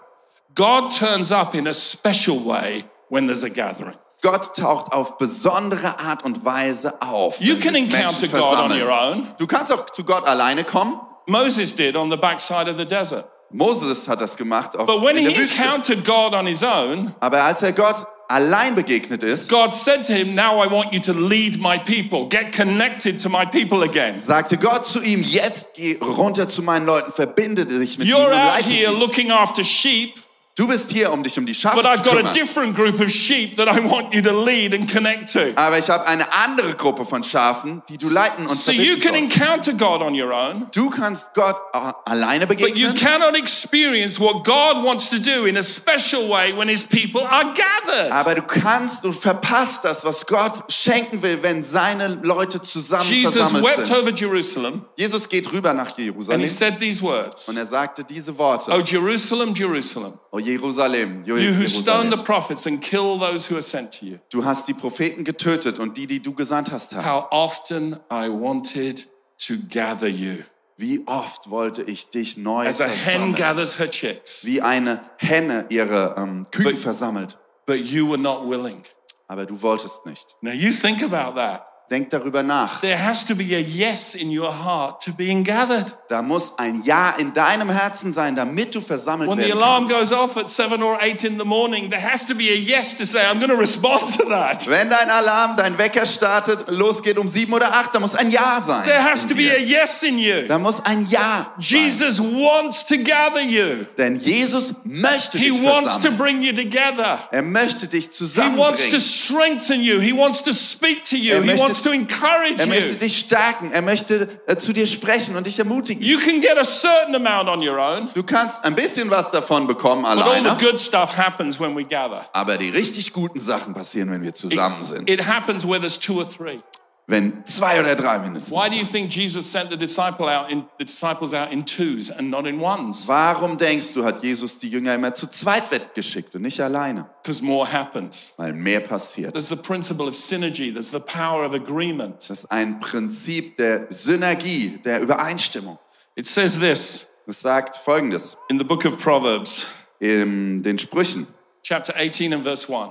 [SPEAKER 2] God turns up in a special way when there's a gathering.
[SPEAKER 3] Gott taucht auf besondere Art und Weise auf.
[SPEAKER 2] You
[SPEAKER 3] wenn
[SPEAKER 2] can
[SPEAKER 3] sich Menschen
[SPEAKER 2] encounter God on
[SPEAKER 3] versammeln.
[SPEAKER 2] your own.
[SPEAKER 3] Du kannst auch zu Gott alleine kommen.
[SPEAKER 2] Moses did on the backside of the desert.
[SPEAKER 3] Moses hat das gemacht auf
[SPEAKER 2] But when
[SPEAKER 3] in der
[SPEAKER 2] he
[SPEAKER 3] Wüste.
[SPEAKER 2] encountered God on his own,
[SPEAKER 3] Aber als er Gott allein begegnet ist,
[SPEAKER 2] God said to him, Now I want you to lead my people, get connected to my people again.
[SPEAKER 3] sagte Gott zu ihm, jetzt geh runter zu meinen Leuten, verbinde dich mit ihnen
[SPEAKER 2] You're
[SPEAKER 3] und
[SPEAKER 2] out
[SPEAKER 3] leite
[SPEAKER 2] here
[SPEAKER 3] sie.
[SPEAKER 2] looking after sheep,
[SPEAKER 3] Du bist hier, um dich um die Schafe
[SPEAKER 2] but I've
[SPEAKER 3] zu
[SPEAKER 2] got a
[SPEAKER 3] kümmern.
[SPEAKER 2] different group of sheep that I want you to lead and connect to.
[SPEAKER 3] Aber ich habe eine andere Gruppe von Schafen, die du leiten und
[SPEAKER 2] So you can
[SPEAKER 3] verbinden sollst.
[SPEAKER 2] encounter God on your own,
[SPEAKER 3] Du kannst Gott a- alleine
[SPEAKER 2] but you
[SPEAKER 3] begegnen,
[SPEAKER 2] cannot experience what God wants to do in a special way when his people are gathered.
[SPEAKER 3] aber du kannst und verpasst das, was Gott schenken will, wenn seine Leute zusammen
[SPEAKER 2] Jesus
[SPEAKER 3] versammelt
[SPEAKER 2] wept
[SPEAKER 3] sind.
[SPEAKER 2] over Jerusalem
[SPEAKER 3] Jesus geht rüber nach
[SPEAKER 2] and he
[SPEAKER 3] Jerusalem
[SPEAKER 2] said these words
[SPEAKER 3] und er sagte diese Worte.
[SPEAKER 2] Oh, Jerusalem, Jerusalem,
[SPEAKER 3] Oh Jerusalem, Jo-
[SPEAKER 2] you who stone
[SPEAKER 3] Jerusalem.
[SPEAKER 2] the prophets and kill those who are sent to you.
[SPEAKER 3] Du hast die Propheten getötet und die, die du gesandt hast, haben.
[SPEAKER 2] How often I wanted to gather you
[SPEAKER 3] Wie oft wollte ich dich neu
[SPEAKER 2] as a hen
[SPEAKER 3] versammeln?
[SPEAKER 2] gathers her chicks,
[SPEAKER 3] Wie eine Henne ihre ähm, Küken
[SPEAKER 2] But-
[SPEAKER 3] versammelt.
[SPEAKER 2] but you were not willing.
[SPEAKER 3] Aber du wolltest nicht.
[SPEAKER 2] Now you think about that.
[SPEAKER 3] Denk darüber nach.
[SPEAKER 2] There has to be a yes in your heart to being gathered.
[SPEAKER 3] Da muss ein Ja in deinem Herzen sein, damit du versammelt
[SPEAKER 2] When the
[SPEAKER 3] werden
[SPEAKER 2] alarm
[SPEAKER 3] kannst.
[SPEAKER 2] goes off at seven or eight in the morning, there has to be a yes to say, I'm going to respond to that.
[SPEAKER 3] Wenn dein Alarm, dein Wecker startet, losgeht um sieben oder acht, da muss ein Ja sein.
[SPEAKER 2] There has to
[SPEAKER 3] in
[SPEAKER 2] be a
[SPEAKER 3] dir.
[SPEAKER 2] yes in you.
[SPEAKER 3] Da muss ein Ja sein.
[SPEAKER 2] Jesus wants to gather you.
[SPEAKER 3] Denn Jesus möchte
[SPEAKER 2] He
[SPEAKER 3] dich
[SPEAKER 2] wants to
[SPEAKER 3] versammeln.
[SPEAKER 2] bring you together.
[SPEAKER 3] Er möchte dich
[SPEAKER 2] He wants to
[SPEAKER 3] zusammenbringen.
[SPEAKER 2] strengthen you. He wants to speak to you.
[SPEAKER 3] Er
[SPEAKER 2] He
[SPEAKER 3] möchte-
[SPEAKER 2] wants to encourage
[SPEAKER 3] Er möchte
[SPEAKER 2] you.
[SPEAKER 3] dich stärken. Er möchte äh, zu dir sprechen und dich ermutigen.
[SPEAKER 2] You can get a certain amount on your own,
[SPEAKER 3] Du kannst ein bisschen was davon bekommen
[SPEAKER 2] but all the
[SPEAKER 3] alleine.
[SPEAKER 2] good stuff happens when we gather.
[SPEAKER 3] Aber die richtig guten Sachen passieren, wenn wir zusammen sind.
[SPEAKER 2] It happens where there's two or three.
[SPEAKER 3] Wenn zwei oder drei mindestens.
[SPEAKER 2] Why do you think Jesus sent the disciple out in the disciples out in twos and not in ones?
[SPEAKER 3] Warum denkst du, hat Jesus die Jünger immer zu zweit weggeschickt und nicht alleine?
[SPEAKER 2] Because more happens.
[SPEAKER 3] Weil mehr passiert.
[SPEAKER 2] There's the principle of synergy, there's the power of agreement.
[SPEAKER 3] Das ist ein Prinzip der Synergie, der Übereinstimmung.
[SPEAKER 2] It says this
[SPEAKER 3] Es sagt folgendes
[SPEAKER 2] in the book of Proverbs,
[SPEAKER 3] in den Sprüchen,
[SPEAKER 2] chapter 18 and verse 1.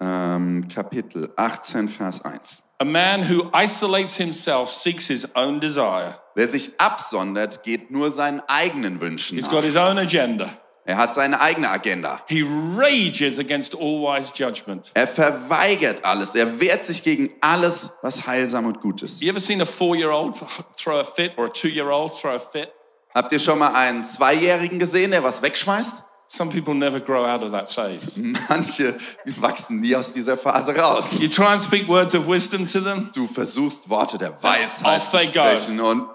[SPEAKER 3] ähm, Kapitel 18, Vers 1.
[SPEAKER 2] A man who isolates himself seeks his own desire.
[SPEAKER 3] Wer sich absondert, geht nur seinen eigenen Wünschen
[SPEAKER 2] He's
[SPEAKER 3] nach.
[SPEAKER 2] got his own agenda.
[SPEAKER 3] Er hat seine eigene Agenda.
[SPEAKER 2] He rages against all wise judgment.
[SPEAKER 3] Er verweigert alles. Er wehrt sich gegen alles, was heilsam und gut ist.
[SPEAKER 2] You ever seen a four year old throw a fit or a two year old throw a fit?
[SPEAKER 3] Habt ihr schon mal einen Zweijährigen gesehen, der was wegschmeißt?
[SPEAKER 2] Some people never grow out of that phase.
[SPEAKER 3] Mm-hmm. Manche wachsen nie aus dieser Phase raus.
[SPEAKER 2] You try and speak words of wisdom to them,
[SPEAKER 3] Du versuchst Worte der Weisheit
[SPEAKER 2] Off
[SPEAKER 3] zu
[SPEAKER 2] they go.
[SPEAKER 3] sprechen und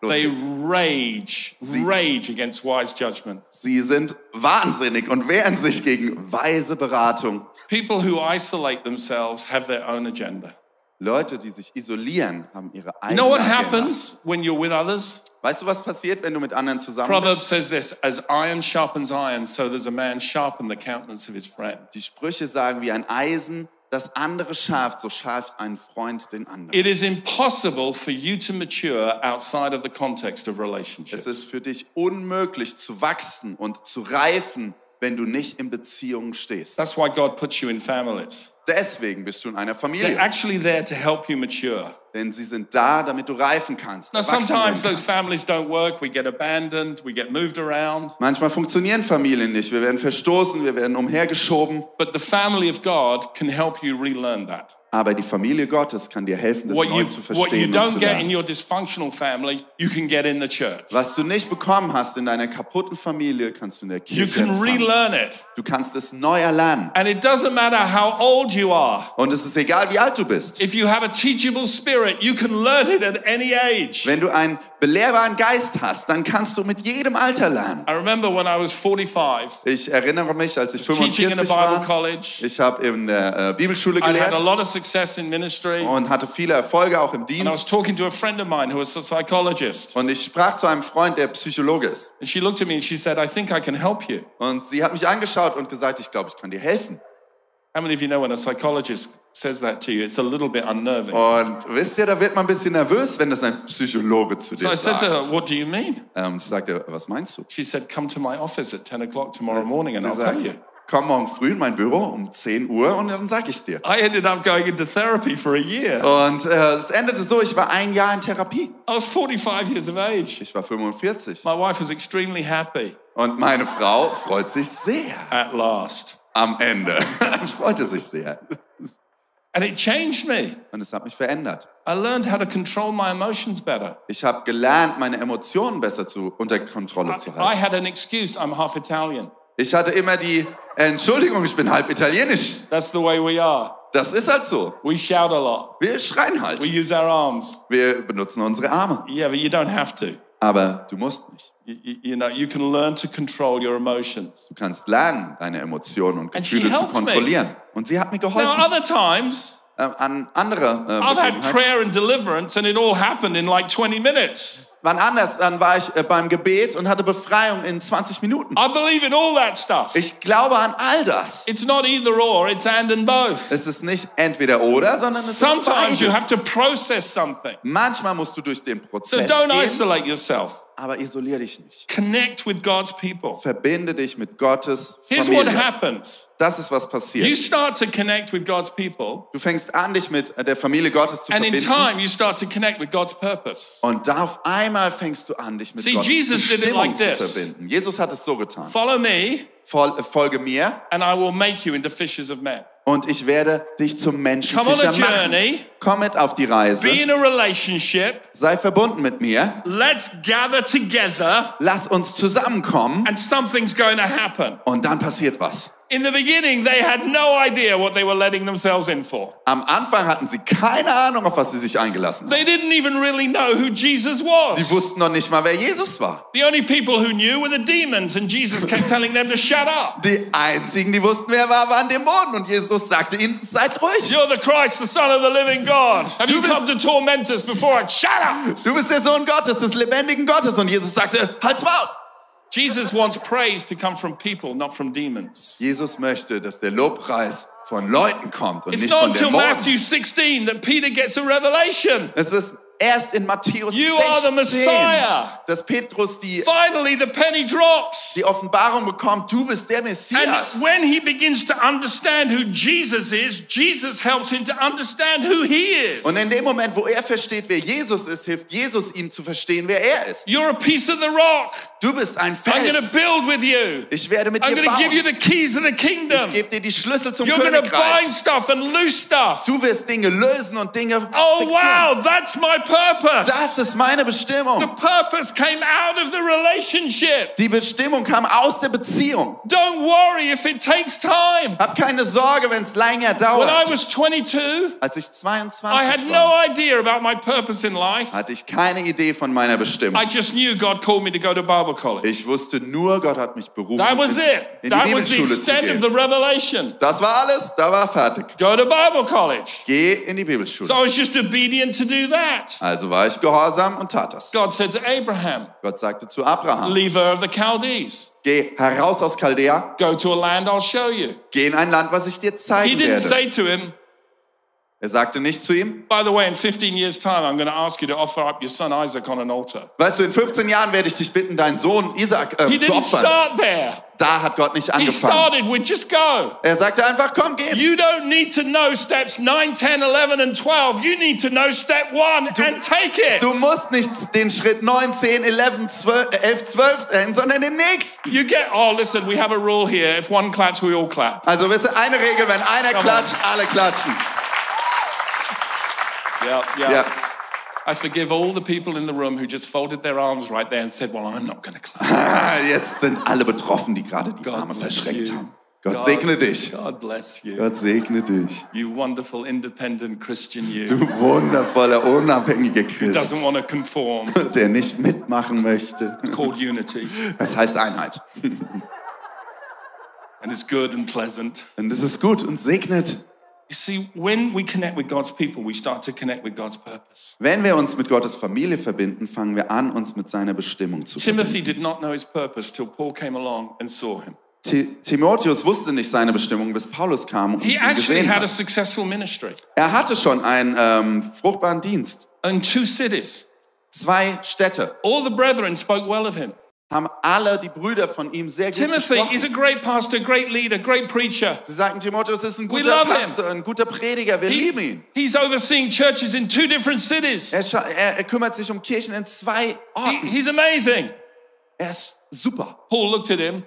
[SPEAKER 3] los
[SPEAKER 2] they
[SPEAKER 3] geht's.
[SPEAKER 2] rage, rage against wise judgment.
[SPEAKER 3] sie sind wahnsinnig und wehren sich gegen weise Beratung.
[SPEAKER 2] People who isolate themselves have their own agenda.
[SPEAKER 3] Leute, die sich isolieren, haben ihre
[SPEAKER 2] You
[SPEAKER 3] eigene
[SPEAKER 2] know what
[SPEAKER 3] Agenda.
[SPEAKER 2] happens when you're with others?
[SPEAKER 3] Weißt du, was passiert, wenn du mit anderen zusammen
[SPEAKER 2] Proverbs says
[SPEAKER 3] bist?
[SPEAKER 2] this as iron sharpens iron, so does a man sharpen the countenance of his friend.
[SPEAKER 3] Die Sprüche sagen, wie ein Eisen das andere schärft, so schärft ein Freund den anderen.
[SPEAKER 2] It is impossible for you to mature outside of the context of relationships.
[SPEAKER 3] Es ist für dich unmöglich zu wachsen und zu reifen, wenn du nicht in Beziehungen stehst.
[SPEAKER 2] That's why God puts you in families.
[SPEAKER 3] Deswegen bist du in einer
[SPEAKER 2] They're
[SPEAKER 3] Familie,
[SPEAKER 2] actually there to help you mature.
[SPEAKER 3] denn sie sind da, damit du reifen kannst.
[SPEAKER 2] Now,
[SPEAKER 3] erwachsen
[SPEAKER 2] sometimes those
[SPEAKER 3] werden kannst.
[SPEAKER 2] families don't work. We get abandoned, we get moved around.
[SPEAKER 3] Manchmal funktionieren Familien nicht. Wir werden verstoßen, wir werden umhergeschoben.
[SPEAKER 2] But the family of God can help you relearn that.
[SPEAKER 3] Aber die Familie Gottes kann dir helfen, das
[SPEAKER 2] What
[SPEAKER 3] neu
[SPEAKER 2] you,
[SPEAKER 3] zu
[SPEAKER 2] what you
[SPEAKER 3] verstehen und
[SPEAKER 2] don't
[SPEAKER 3] zu
[SPEAKER 2] get in
[SPEAKER 3] lernen.
[SPEAKER 2] your dysfunctional family, you can get in the church.
[SPEAKER 3] Was du nicht bekommen hast in deiner kaputten Familie, kannst du in der
[SPEAKER 2] You
[SPEAKER 3] Kirche
[SPEAKER 2] can
[SPEAKER 3] empfangen.
[SPEAKER 2] relearn it.
[SPEAKER 3] Du kannst es neu erlernen.
[SPEAKER 2] And it doesn't matter how old you are.
[SPEAKER 3] Und es ist egal, wie alt du bist.
[SPEAKER 2] If you have a teachable spirit, you can learn it at any age.
[SPEAKER 3] Wenn du einen belehrbaren Geist hast, dann kannst du mit jedem Alter lernen.
[SPEAKER 2] I remember when I was 45,
[SPEAKER 3] Ich erinnere mich, als ich
[SPEAKER 2] teaching in a
[SPEAKER 3] 45
[SPEAKER 2] Bible
[SPEAKER 3] war,
[SPEAKER 2] college.
[SPEAKER 3] ich habe in der äh, Bibelschule
[SPEAKER 2] I had a
[SPEAKER 3] gelehrt
[SPEAKER 2] lot of success in ministry. And
[SPEAKER 3] und hatte viele Erfolge auch im
[SPEAKER 2] I was
[SPEAKER 3] Dienst.
[SPEAKER 2] talking to a friend of mine who was a psychologist.
[SPEAKER 3] Und ich sprach zu einem Freund, der Psychologe ist.
[SPEAKER 2] And she looked at me and she said, I think I can help you.
[SPEAKER 3] Und sie hat mich angeschaut und gesagt, ich glaube, ich kann dir helfen.
[SPEAKER 2] How many of you know when a psychologist says that to you, it's a little bit unnerving?
[SPEAKER 3] Und wisst ihr, da wird man ein bisschen nervös, wenn das ein Psychologe zu
[SPEAKER 2] So I
[SPEAKER 3] dir
[SPEAKER 2] said to
[SPEAKER 3] sagt.
[SPEAKER 2] her, What do you mean?
[SPEAKER 3] Ähm, ich sagte, was meinst du?
[SPEAKER 2] She said, Come to my office at 10 o'clock tomorrow morning and
[SPEAKER 3] Sie
[SPEAKER 2] I'll tell you.
[SPEAKER 3] sagt, komm morgen früh in mein Büro um 10 Uhr und dann sag ich dir.
[SPEAKER 2] I ended up going into therapy for a year.
[SPEAKER 3] Und äh, es endete so, ich war ein Jahr in Therapie.
[SPEAKER 2] I was 45 years of age.
[SPEAKER 3] Ich war 45.
[SPEAKER 2] My wife was extremely happy
[SPEAKER 3] Und meine Frau freut sich sehr.
[SPEAKER 2] at last.
[SPEAKER 3] am Ende. Freute sich sehr.
[SPEAKER 2] And it changed me.
[SPEAKER 3] Und es hat mich verändert.
[SPEAKER 2] I learned how to control my emotions better.
[SPEAKER 3] Ich habe gelernt, meine Emotionen besser zu, unter Kontrolle zu
[SPEAKER 2] I
[SPEAKER 3] halten.
[SPEAKER 2] had an excuse. I'm half Italian.
[SPEAKER 3] Ich hatte immer die Entschuldigung, ich bin halb italienisch.
[SPEAKER 2] That's the way we are.
[SPEAKER 3] Das ist halt so.
[SPEAKER 2] We shout a lot.
[SPEAKER 3] Wir schreien
[SPEAKER 2] We
[SPEAKER 3] halt.
[SPEAKER 2] use our arms.
[SPEAKER 3] Wir benutzen unsere Arme.
[SPEAKER 2] Yeah, but you don't have to.
[SPEAKER 3] Aber du musst nicht.
[SPEAKER 2] You, you- you know, you can learn to control your emotions.
[SPEAKER 3] Du kannst lernen, deine Emotionen und
[SPEAKER 2] And she
[SPEAKER 3] Gefühle zu
[SPEAKER 2] helped me.
[SPEAKER 3] kontrollieren. Und sie hat mir
[SPEAKER 2] Now,
[SPEAKER 3] geholfen.
[SPEAKER 2] other times,
[SPEAKER 3] Ähm, an andere äh,
[SPEAKER 2] I've had
[SPEAKER 3] Begebenheiten.
[SPEAKER 2] prayer and deliverance, and it all happened in like 20 minutes.
[SPEAKER 3] Wann anders, dann war ich äh, beim Gebet und hatte Befreiung in 20 Minuten.
[SPEAKER 2] I believe in all that stuff.
[SPEAKER 3] Ich glaube an all das.
[SPEAKER 2] It's not either or, it's and and both.
[SPEAKER 3] Es ist nicht entweder oder, sondern es
[SPEAKER 2] Sometimes
[SPEAKER 3] ist
[SPEAKER 2] you
[SPEAKER 3] beides.
[SPEAKER 2] have to process something.
[SPEAKER 3] Manchmal musst du durch den
[SPEAKER 2] So
[SPEAKER 3] Prozess
[SPEAKER 2] don't
[SPEAKER 3] gehen,
[SPEAKER 2] isolate yourself.
[SPEAKER 3] aber isolier dich nicht.
[SPEAKER 2] Connect with God's people.
[SPEAKER 3] Verbinde dich mit Gottes
[SPEAKER 2] Here's what
[SPEAKER 3] Familie.
[SPEAKER 2] happens.
[SPEAKER 3] Das ist was
[SPEAKER 2] You
[SPEAKER 3] passiert.
[SPEAKER 2] start to connect with God's people,
[SPEAKER 3] Du fängst an, dich mit äh, der Familie Gottes zu
[SPEAKER 2] and in
[SPEAKER 3] verbinden.
[SPEAKER 2] time you start to connect with God's purpose.
[SPEAKER 3] Und da auf einmal fängst du an, dich mit
[SPEAKER 2] See,
[SPEAKER 3] Gottes
[SPEAKER 2] Jesus did it like
[SPEAKER 3] Bestimmung zu
[SPEAKER 2] this.
[SPEAKER 3] verbinden. Jesus hat es so getan.
[SPEAKER 2] Follow me,
[SPEAKER 3] Fol äh, folge mir
[SPEAKER 2] and I will make you into fishers of men.
[SPEAKER 3] und ich werde dich zum
[SPEAKER 2] Come on a
[SPEAKER 3] Menschenfischer machen.
[SPEAKER 2] journey.
[SPEAKER 3] Komm mit auf die Reise.
[SPEAKER 2] Be in a relationship.
[SPEAKER 3] Sei verbunden mit mir.
[SPEAKER 2] Let's gather together,
[SPEAKER 3] Lass uns zusammenkommen
[SPEAKER 2] and something's going to happen.
[SPEAKER 3] und dann passiert was.
[SPEAKER 2] In the beginning, they had no idea what they were letting themselves in for.
[SPEAKER 3] Am Anfang hatten sie keine Ahnung, auf was sie sich eingelassen haben.
[SPEAKER 2] They didn't even really know who Jesus
[SPEAKER 3] Sie
[SPEAKER 2] was.
[SPEAKER 3] wussten noch nicht mal, wer Jesus war.
[SPEAKER 2] The only people who knew were the demons, and Jesus kept telling them to shut up.
[SPEAKER 3] Die einzigen, die wussten, wer er war, waren Dämonen und Jesus sagte ihnen, seid ruhig.
[SPEAKER 2] You're the Christ, the Son of the living God. Have you
[SPEAKER 3] Du bist-
[SPEAKER 2] come to torment us before? I Shut up!
[SPEAKER 3] Du bist der Sohn Gottes, des lebendigen Gottes und Jesus sagte, halt's Maul.
[SPEAKER 2] Jesus wants praise to come from people, not from demons.
[SPEAKER 3] Jesus möchte, dass der Lobpreis von Leuten kommt und
[SPEAKER 2] It's
[SPEAKER 3] nicht
[SPEAKER 2] not
[SPEAKER 3] von
[SPEAKER 2] until
[SPEAKER 3] Dämonen.
[SPEAKER 2] Matthew 16 that Peter gets a revelation.
[SPEAKER 3] Es ist erst in Matthäus
[SPEAKER 2] You are the
[SPEAKER 3] 16,
[SPEAKER 2] Messiah.
[SPEAKER 3] dass Petrus die,
[SPEAKER 2] Finally, the penny drops.
[SPEAKER 3] die Offenbarung bekommt, du bist der
[SPEAKER 2] And
[SPEAKER 3] Messias.
[SPEAKER 2] when he begins to understand who Jesus is, Jesus helps him to understand who he
[SPEAKER 3] Und in
[SPEAKER 2] is.
[SPEAKER 3] dem Moment, wo er versteht, wer Jesus ist, hilft Jesus ihm zu verstehen, wer er ist.
[SPEAKER 2] You're a piece of the rock.
[SPEAKER 3] Du bist ein
[SPEAKER 2] I'm going to
[SPEAKER 3] Fels.
[SPEAKER 2] build with you.
[SPEAKER 3] Ich werde mit
[SPEAKER 2] I'm
[SPEAKER 3] dir
[SPEAKER 2] going to give you
[SPEAKER 3] bauen.
[SPEAKER 2] the keys of the
[SPEAKER 3] Ich
[SPEAKER 2] kingdom.
[SPEAKER 3] gebe dir die Schlüssel zum
[SPEAKER 2] You're going to bind
[SPEAKER 3] Königreich.
[SPEAKER 2] stuff and loose stuff.
[SPEAKER 3] Du wirst Dinge lösen und Dinge
[SPEAKER 2] Oh,
[SPEAKER 3] fixieren.
[SPEAKER 2] wow, that's my
[SPEAKER 3] Das
[SPEAKER 2] purpose.
[SPEAKER 3] ist meine
[SPEAKER 2] The
[SPEAKER 3] Bestimmung.
[SPEAKER 2] purpose came out of the relationship.
[SPEAKER 3] Die Bestimmung kam aus der Beziehung.
[SPEAKER 2] Don't worry if it takes time.
[SPEAKER 3] Hab keine Sorge, wenn es länger
[SPEAKER 2] When I
[SPEAKER 3] dauert.
[SPEAKER 2] was 22,
[SPEAKER 3] Als ich
[SPEAKER 2] I had
[SPEAKER 3] 22 war,
[SPEAKER 2] no idea about my purpose in life.
[SPEAKER 3] hatte ich keine Idee von meiner Bestimmung.
[SPEAKER 2] I just knew God called me to go to Bible college.
[SPEAKER 3] Ich wusste nur, Gott hat mich berufen,
[SPEAKER 2] That was
[SPEAKER 3] ins-
[SPEAKER 2] it.
[SPEAKER 3] in die
[SPEAKER 2] That was the
[SPEAKER 3] Bibelschule zu
[SPEAKER 2] extent of the
[SPEAKER 3] gehen.
[SPEAKER 2] revelation.
[SPEAKER 3] Das war alles, da war fertig.
[SPEAKER 2] Go to Bible college.
[SPEAKER 3] Geh in die Bibelschule.
[SPEAKER 2] So I was just obedient to do that.
[SPEAKER 3] Also war ich gehorsam und tat das.
[SPEAKER 2] God said to Abraham,
[SPEAKER 3] Gott sagte zu Abraham,
[SPEAKER 2] Leave her of the Chaldees.
[SPEAKER 3] geh heraus aus Chaldea,
[SPEAKER 2] Go to a land I'll show you.
[SPEAKER 3] geh in ein Land, was ich dir
[SPEAKER 2] He
[SPEAKER 3] zeigen
[SPEAKER 2] didn't
[SPEAKER 3] werde.
[SPEAKER 2] say to him,
[SPEAKER 3] Er sagte nicht zu ihm,
[SPEAKER 2] By the way, in 15 years' time, I'm going to ask you to offer up your son Isaac on an altar.
[SPEAKER 3] weißt du, in 15 Jahren werde ich dich bitten, deinen Sohn Isaac
[SPEAKER 2] He
[SPEAKER 3] äh, zu
[SPEAKER 2] didn't
[SPEAKER 3] opfern.
[SPEAKER 2] start there.
[SPEAKER 3] Da hat Gott nicht
[SPEAKER 2] He
[SPEAKER 3] angefangen.
[SPEAKER 2] started with just go.
[SPEAKER 3] Er sagte einfach, komm, geh.
[SPEAKER 2] You don't need to know steps 9, 10, 11, and 12. You need to know step 1 and take it.
[SPEAKER 3] Du musst nicht den Schritt 9, 10, 11, 12, äh, 11, 12 sein, sondern den nächsten.
[SPEAKER 2] You get, oh, listen, we have a rule here. If one claps, we all clap.
[SPEAKER 3] Also, wisst ihr, eine Regel, wenn einer
[SPEAKER 2] Come on.
[SPEAKER 3] klatscht, alle klatschen.
[SPEAKER 2] Yeah,
[SPEAKER 3] Ja.
[SPEAKER 2] I forgive all the people in the room who just folded their arms right there and said, Well, I'm not going to clap.
[SPEAKER 3] Jetzt sind alle betroffen, die gerade die
[SPEAKER 2] God
[SPEAKER 3] Arme
[SPEAKER 2] bless
[SPEAKER 3] verschränkt
[SPEAKER 2] you.
[SPEAKER 3] haben. Gott segne dich.
[SPEAKER 2] God bless you.
[SPEAKER 3] Gott segne dich.
[SPEAKER 2] You wonderful, independent Christian, you.
[SPEAKER 3] Du wundervoller, unabhängiger Christ,
[SPEAKER 2] Doesn't want to conform.
[SPEAKER 3] der nicht mitmachen möchte.
[SPEAKER 2] Called unity.
[SPEAKER 3] Das heißt Einheit.
[SPEAKER 2] And it's good and pleasant.
[SPEAKER 3] Und es ist gut und segnet.
[SPEAKER 2] You see, when we connect with God's people, we start to connect with God's purpose.
[SPEAKER 3] Wenn wir uns mit Gottes Familie verbinden, fangen wir an, uns mit seiner Bestimmung zu verbinden.
[SPEAKER 2] Timothy did not know his purpose till Paul came along and saw him.
[SPEAKER 3] Ti- Timotheus wusste nicht seine Bestimmung, bis Paulus kam und
[SPEAKER 2] He
[SPEAKER 3] ihn
[SPEAKER 2] actually
[SPEAKER 3] gesehen
[SPEAKER 2] had a
[SPEAKER 3] hat.
[SPEAKER 2] successful ministry
[SPEAKER 3] Er hatte schon einen ähm, fruchtbaren Dienst.
[SPEAKER 2] in two cities.
[SPEAKER 3] Zwei Städte
[SPEAKER 2] All the brethren spoke well of him.
[SPEAKER 3] haben alle die Brüder von ihm sehr gut
[SPEAKER 2] Timothy is a
[SPEAKER 3] gesprochen.
[SPEAKER 2] great pastor, great leader, great preacher.
[SPEAKER 3] Sie sagten, Timotheus ist ein
[SPEAKER 2] We
[SPEAKER 3] guter
[SPEAKER 2] love him.
[SPEAKER 3] Pastor, ein guter Prediger, wir lieben ihn.
[SPEAKER 2] he's overseeing churches in two different cities.
[SPEAKER 3] Er, scha- er, er kümmert sich um Kirchen in zwei
[SPEAKER 2] He-
[SPEAKER 3] Orten.
[SPEAKER 2] he's amazing.
[SPEAKER 3] Er ist super.
[SPEAKER 2] Paul looked at him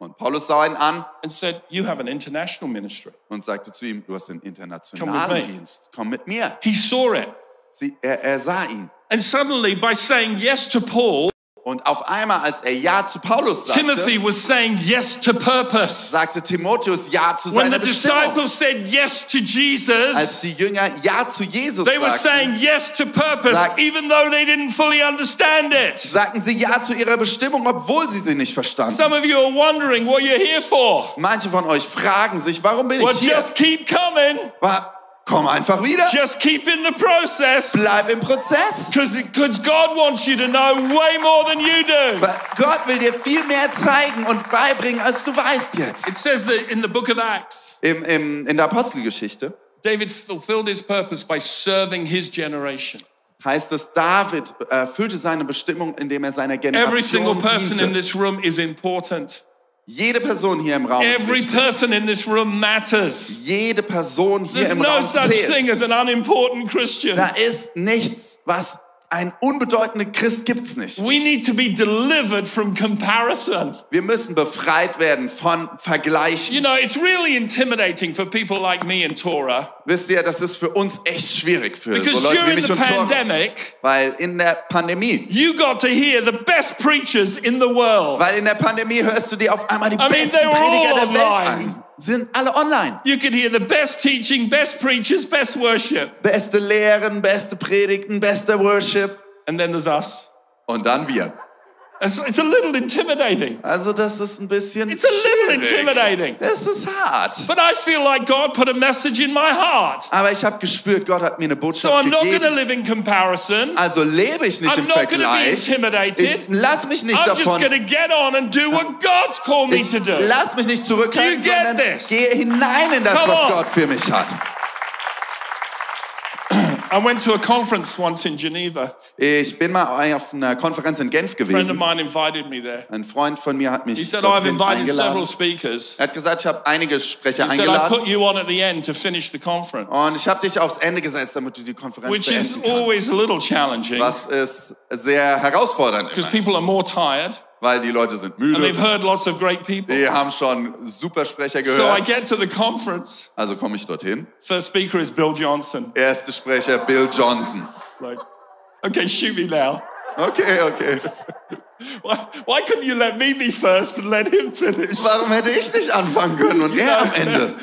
[SPEAKER 3] Und Paulus sah ihn an
[SPEAKER 2] and said, You have an international ministry.
[SPEAKER 3] und sagte zu ihm, du hast einen
[SPEAKER 2] Komm mit
[SPEAKER 3] internationalen
[SPEAKER 2] mir.
[SPEAKER 3] Dienst. Komm mit mir.
[SPEAKER 2] He saw it.
[SPEAKER 3] Sie, er, er sah ihn.
[SPEAKER 2] And suddenly, by saying yes to Paul,
[SPEAKER 3] Und auf einmal, als er Ja zu Paulus sagte,
[SPEAKER 2] Timothy was saying yes to purpose.
[SPEAKER 3] sagte Timotheus Ja zu
[SPEAKER 2] When
[SPEAKER 3] seiner
[SPEAKER 2] the
[SPEAKER 3] Bestimmung.
[SPEAKER 2] disciples said yes to
[SPEAKER 3] Als
[SPEAKER 2] Jesus,
[SPEAKER 3] die Jünger Ja zu Jesus
[SPEAKER 2] they were
[SPEAKER 3] sagten,
[SPEAKER 2] saying yes to purpose,
[SPEAKER 3] Sag-
[SPEAKER 2] even though they didn't fully understand it.
[SPEAKER 3] sagten sie Ja zu ihrer Bestimmung, obwohl sie sie nicht verstanden.
[SPEAKER 2] Some of you are wondering what you're here for.
[SPEAKER 3] Manche von euch fragen sich, warum bin
[SPEAKER 2] Well,
[SPEAKER 3] ich hier?
[SPEAKER 2] just keep coming.
[SPEAKER 3] Wa- Komm einfach wieder.
[SPEAKER 2] Just keep in the process
[SPEAKER 3] Bleib im Prozess.
[SPEAKER 2] because God wants you to know way more than you do.
[SPEAKER 3] Weil Gott will dir viel mehr zeigen und beibringen, als du weißt jetzt.
[SPEAKER 2] It says that in the book of Acts,
[SPEAKER 3] Im, im, in der Apostelgeschichte
[SPEAKER 2] David fulfilled his purpose by serving his generation.
[SPEAKER 3] heißt es, David erfüllte seine Bestimmung, indem er seiner
[SPEAKER 2] Every single
[SPEAKER 3] Generation
[SPEAKER 2] person in
[SPEAKER 3] diente.
[SPEAKER 2] this room is important.
[SPEAKER 3] Jede Person hier im Raum ist
[SPEAKER 2] Every
[SPEAKER 3] wichtig.
[SPEAKER 2] person in this room matters.
[SPEAKER 3] Jede Person hier
[SPEAKER 2] There's
[SPEAKER 3] im
[SPEAKER 2] no
[SPEAKER 3] Raum
[SPEAKER 2] such
[SPEAKER 3] zählt.
[SPEAKER 2] thing as an unimportant Christian.
[SPEAKER 3] Da ist nichts, was ein unbedeutender Christ gibt's nicht.
[SPEAKER 2] We need to be delivered from comparison.
[SPEAKER 3] Wir müssen befreit werden von Vergleichen.
[SPEAKER 2] You know, it's really intimidating for people like me and Torah
[SPEAKER 3] Wisst ihr, das ist für uns echt schwierig für so
[SPEAKER 2] because
[SPEAKER 3] Leute wie
[SPEAKER 2] during
[SPEAKER 3] mich
[SPEAKER 2] the
[SPEAKER 3] und Torben.
[SPEAKER 2] pandemic,
[SPEAKER 3] Weil in der Pandemie,
[SPEAKER 2] you got to hear the best preachers in the world.
[SPEAKER 3] weil in der Pandemie hörst du dir auf einmal die
[SPEAKER 2] mean,
[SPEAKER 3] besten
[SPEAKER 2] they were
[SPEAKER 3] Prediger
[SPEAKER 2] all
[SPEAKER 3] der Welt
[SPEAKER 2] online.
[SPEAKER 3] an. Sind alle online.
[SPEAKER 2] You could hear the best teaching, best preachers, best worship.
[SPEAKER 3] Beste Lehren, beste Predigten, bester Worship.
[SPEAKER 2] And then there's us.
[SPEAKER 3] Und dann wir.
[SPEAKER 2] And so It's a little intimidating.
[SPEAKER 3] Also das ist ein bisschen
[SPEAKER 2] It's a little
[SPEAKER 3] schwierig.
[SPEAKER 2] intimidating.
[SPEAKER 3] Das ist hart.
[SPEAKER 2] But I feel like God put a message in my heart.
[SPEAKER 3] Aber ich habe gespürt, Gott hat mir eine
[SPEAKER 2] So
[SPEAKER 3] Botschaft
[SPEAKER 2] I'm not going to
[SPEAKER 3] gegeben.
[SPEAKER 2] live in comparison.
[SPEAKER 3] Also lebe ich nicht
[SPEAKER 2] I'm
[SPEAKER 3] im
[SPEAKER 2] not gonna be
[SPEAKER 3] Vergleich.
[SPEAKER 2] intimidated.
[SPEAKER 3] Ich lass mich nicht
[SPEAKER 2] I'm just
[SPEAKER 3] davon.
[SPEAKER 2] going to get on and do what God's called me
[SPEAKER 3] Ich
[SPEAKER 2] to do.
[SPEAKER 3] lass mich nicht zurückhalten,
[SPEAKER 2] Do you get
[SPEAKER 3] sondern
[SPEAKER 2] this?
[SPEAKER 3] gehe hinein in das,
[SPEAKER 2] Come
[SPEAKER 3] was
[SPEAKER 2] on.
[SPEAKER 3] Gott für mich hat.
[SPEAKER 2] I went to a conference once in Geneva.
[SPEAKER 3] Ich bin mal auf einer Konferenz in Genf
[SPEAKER 2] A friend of
[SPEAKER 3] gewesen.
[SPEAKER 2] mine invited me there.
[SPEAKER 3] Ein Freund von mir hat mich
[SPEAKER 2] He said, oh, I've
[SPEAKER 3] dorthin
[SPEAKER 2] invited several
[SPEAKER 3] eingeladen.
[SPEAKER 2] speakers.
[SPEAKER 3] Er hat gesagt, ich habe einige Sprecher
[SPEAKER 2] He said, I
[SPEAKER 3] eingeladen
[SPEAKER 2] put you on at the end to finish the conference,
[SPEAKER 3] und ich habe dich aufs Ende gesetzt, damit du die Konferenz
[SPEAKER 2] which
[SPEAKER 3] beenden
[SPEAKER 2] is
[SPEAKER 3] kannst.
[SPEAKER 2] always a little challenging
[SPEAKER 3] Was ist sehr herausfordernd,
[SPEAKER 2] because
[SPEAKER 3] immer
[SPEAKER 2] people
[SPEAKER 3] ist,
[SPEAKER 2] are more tired
[SPEAKER 3] weil die Leute sind
[SPEAKER 2] and they've
[SPEAKER 3] müde.
[SPEAKER 2] heard lots of great people.
[SPEAKER 3] Die haben schon super Sprecher
[SPEAKER 2] So I
[SPEAKER 3] gehört.
[SPEAKER 2] get to the conference.
[SPEAKER 3] Also komme ich dorthin.
[SPEAKER 2] First speaker is Bill Johnson.
[SPEAKER 3] Erste Sprecher Bill Johnson.
[SPEAKER 2] Like, okay, shoot me now.
[SPEAKER 3] Okay, okay.
[SPEAKER 2] Why, why couldn't you let me be first and let him finish?
[SPEAKER 3] Warum hätte ich nicht anfangen können und er am Ende?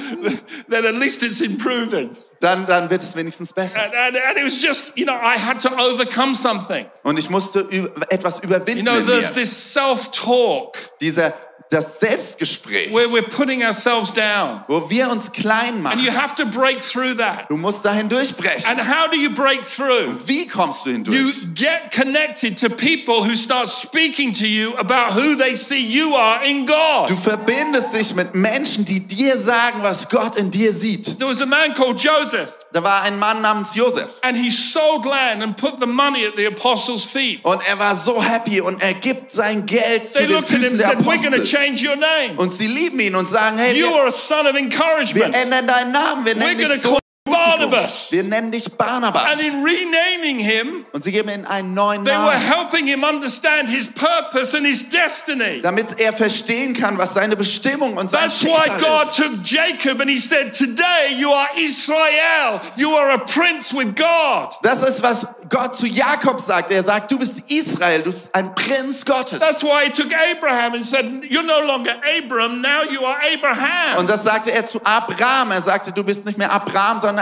[SPEAKER 2] then at least it's improving.
[SPEAKER 3] Dann, dann wird es wenigstens besser.
[SPEAKER 2] And, and, and it was just, you know, I had to overcome something.
[SPEAKER 3] Und ich musste üb- etwas
[SPEAKER 2] You
[SPEAKER 3] überwinden
[SPEAKER 2] know,
[SPEAKER 3] in
[SPEAKER 2] there's
[SPEAKER 3] mir.
[SPEAKER 2] this self talk
[SPEAKER 3] Dieser, das Selbstgespräch,
[SPEAKER 2] where we're putting ourselves down.
[SPEAKER 3] wo wir uns klein
[SPEAKER 2] And you
[SPEAKER 3] machen.
[SPEAKER 2] have to break through that.
[SPEAKER 3] Du musst dahin durchbrechen.
[SPEAKER 2] And how do you break through?
[SPEAKER 3] Wie kommst du
[SPEAKER 2] You
[SPEAKER 3] hindurch?
[SPEAKER 2] get connected to people who start speaking to you about who they see you are in God.
[SPEAKER 3] Du verbindest dich mit Menschen, die dir sagen, was Gott in dir sieht.
[SPEAKER 2] There was a man called Joseph,
[SPEAKER 3] Da war ein Mann namens Josef.
[SPEAKER 2] and he sold land and put the money at the apostles' feet.
[SPEAKER 3] Und er war so happy und er gibt sein Geld zu
[SPEAKER 2] They
[SPEAKER 3] den
[SPEAKER 2] looked at him
[SPEAKER 3] Füßen
[SPEAKER 2] and
[SPEAKER 3] der
[SPEAKER 2] said, We're going to
[SPEAKER 3] Apostel.
[SPEAKER 2] change your name.
[SPEAKER 3] Und sie lieben ihn und sagen, hey,
[SPEAKER 2] You
[SPEAKER 3] wir,
[SPEAKER 2] are a son of
[SPEAKER 3] Wir
[SPEAKER 2] encouragement.
[SPEAKER 3] ändern deinen Namen. Wir
[SPEAKER 2] We're
[SPEAKER 3] nennen
[SPEAKER 2] going
[SPEAKER 3] dich
[SPEAKER 2] to call
[SPEAKER 3] so
[SPEAKER 2] you Barnabas.
[SPEAKER 3] Wir nennen dich Barnabas.
[SPEAKER 2] And in renaming him,
[SPEAKER 3] Und sie geben ihm einen neuen
[SPEAKER 2] they were
[SPEAKER 3] Namen,
[SPEAKER 2] helping him understand his purpose and his destiny.
[SPEAKER 3] damit er verstehen kann, was seine Bestimmung und sein
[SPEAKER 2] That's why
[SPEAKER 3] Schicksal
[SPEAKER 2] God
[SPEAKER 3] ist.
[SPEAKER 2] took Jacob and he said, Today you are Israel. You are a prince with God.
[SPEAKER 3] Das ist, was Gott zu Jakob sagt. Er sagt, du bist Israel, du bist ein Prinz Gottes.
[SPEAKER 2] That's why he took Abraham and said, You're no longer Abram, now you are
[SPEAKER 3] und
[SPEAKER 2] Abraham.
[SPEAKER 3] das sagte er zu Abraham. Er sagte, du bist nicht mehr Abraham, sondern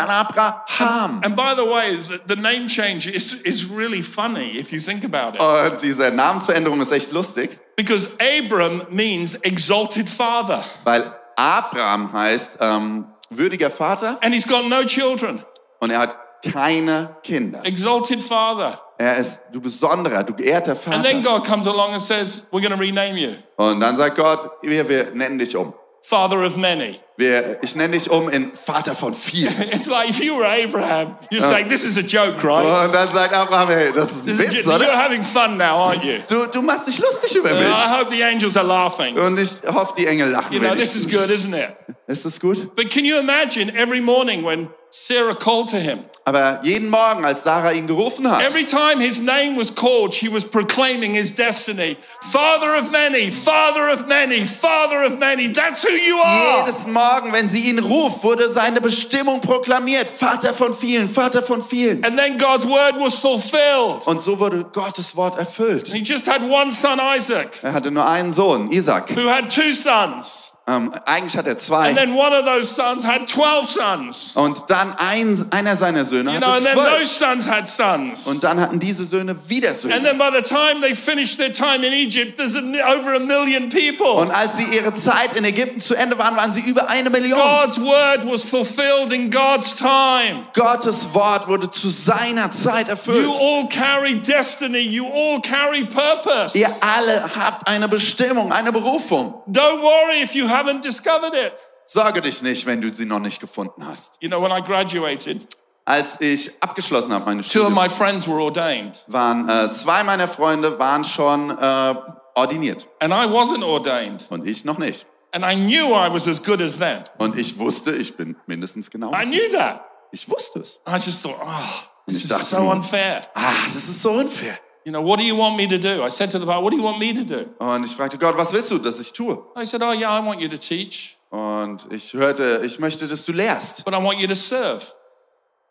[SPEAKER 3] Abraham.
[SPEAKER 2] And by the way, the, the name change is, is really funny if you think about it.
[SPEAKER 3] Und diese Namensveränderung ist echt lustig,
[SPEAKER 2] Because Abram means exalted father,
[SPEAKER 3] weil Abraham heißt ähm, würdiger Vater
[SPEAKER 2] and he's got no children.
[SPEAKER 3] und er hat keine Kinder.
[SPEAKER 2] Exalted father.
[SPEAKER 3] Er ist du besonderer, du geehrter
[SPEAKER 2] And then
[SPEAKER 3] Vater.
[SPEAKER 2] God comes along and says, We're going to rename you
[SPEAKER 3] Und dann sagt Gott, wir, wir nennen dich um.
[SPEAKER 2] father of many.
[SPEAKER 3] Wir, ich nenne dich um in Vater von vielen.
[SPEAKER 2] It's like if you were Abraham, you're saying, This is a joke, right?
[SPEAKER 3] Und dann sagt Abraham, hey, das ist ein
[SPEAKER 2] This is
[SPEAKER 3] Witz,
[SPEAKER 2] ju- you're
[SPEAKER 3] oder?
[SPEAKER 2] having fun now, aren't you?
[SPEAKER 3] Du, du machst dich lustig über
[SPEAKER 2] Uh,
[SPEAKER 3] mich.
[SPEAKER 2] I hope the angels are laughing.
[SPEAKER 3] Und ich hoffe, die Engel lachen.
[SPEAKER 2] You know, this is
[SPEAKER 3] wenigstens.
[SPEAKER 2] good, isn't it?
[SPEAKER 3] Ist das gut?
[SPEAKER 2] But can you imagine every morning when Sarah called to him?
[SPEAKER 3] Aber jeden Morgen, als Sarah ihn gerufen hat,
[SPEAKER 2] Every time his name was called, she was proclaiming his destiny. Father of many, father of many, father of many. That's who you are.
[SPEAKER 3] jedes Morgen, wenn sie ihn ruft, wurde seine Bestimmung proklamiert. Vater von vielen, Vater von vielen.
[SPEAKER 2] And then God's word was fulfilled.
[SPEAKER 3] Und so wurde Gottes Wort erfüllt.
[SPEAKER 2] He just had one son, Isaac,
[SPEAKER 3] Er hatte nur einen Sohn, Isaac.
[SPEAKER 2] who had two sons.
[SPEAKER 3] Ähm, eigentlich hat er zwei.
[SPEAKER 2] And then one of those sons had 12 sons.
[SPEAKER 3] Und dann ein, einer seiner Söhne
[SPEAKER 2] You know,
[SPEAKER 3] hatte
[SPEAKER 2] and then those
[SPEAKER 3] zwölf.
[SPEAKER 2] sons had sons.
[SPEAKER 3] Und dann hatten diese Söhne wieder
[SPEAKER 2] And
[SPEAKER 3] Söhne.
[SPEAKER 2] then by the time they finished their time in Egypt, there's a, mi- over a million
[SPEAKER 3] Und
[SPEAKER 2] people.
[SPEAKER 3] als sie ihre Zeit in Ägypten zu Ende waren, waren sie über eine Million.
[SPEAKER 2] God's word was fulfilled in God's time.
[SPEAKER 3] Gottes Wort wurde zu seiner Zeit
[SPEAKER 2] You
[SPEAKER 3] erfüllt.
[SPEAKER 2] all carry destiny. You all carry purpose.
[SPEAKER 3] Ihr alle habt eine Bestimmung, eine Berufung.
[SPEAKER 2] Don't worry if you haven't discovered it.
[SPEAKER 3] Sorge dich nicht, wenn du sie noch nicht gefunden hast.
[SPEAKER 2] You know, when I graduated,
[SPEAKER 3] Als ich abgeschlossen habe, meine
[SPEAKER 2] two of
[SPEAKER 3] Schule,
[SPEAKER 2] my friends were ordained,
[SPEAKER 3] waren äh, zwei meiner Freunde waren schon äh, ordiniert
[SPEAKER 2] and I wasn't ordained.
[SPEAKER 3] und ich noch nicht.
[SPEAKER 2] And I knew I was as good as them.
[SPEAKER 3] Und ich wusste, ich bin mindestens genau.
[SPEAKER 2] I knew that.
[SPEAKER 3] Ich wusste es.
[SPEAKER 2] I just thought, oh, this
[SPEAKER 3] Stuck.
[SPEAKER 2] is so unfair.
[SPEAKER 3] Ah, das ist so unfair.
[SPEAKER 2] You know, what do you want me to do? I said to the Bible, what do you want me to do?
[SPEAKER 3] Und ich fragte Gott, was willst du, dass ich tue?
[SPEAKER 2] I said, oh, yeah, I want you to teach,
[SPEAKER 3] Und ich hörte, ich möchte, dass du lehrst,
[SPEAKER 2] but I want you to serve.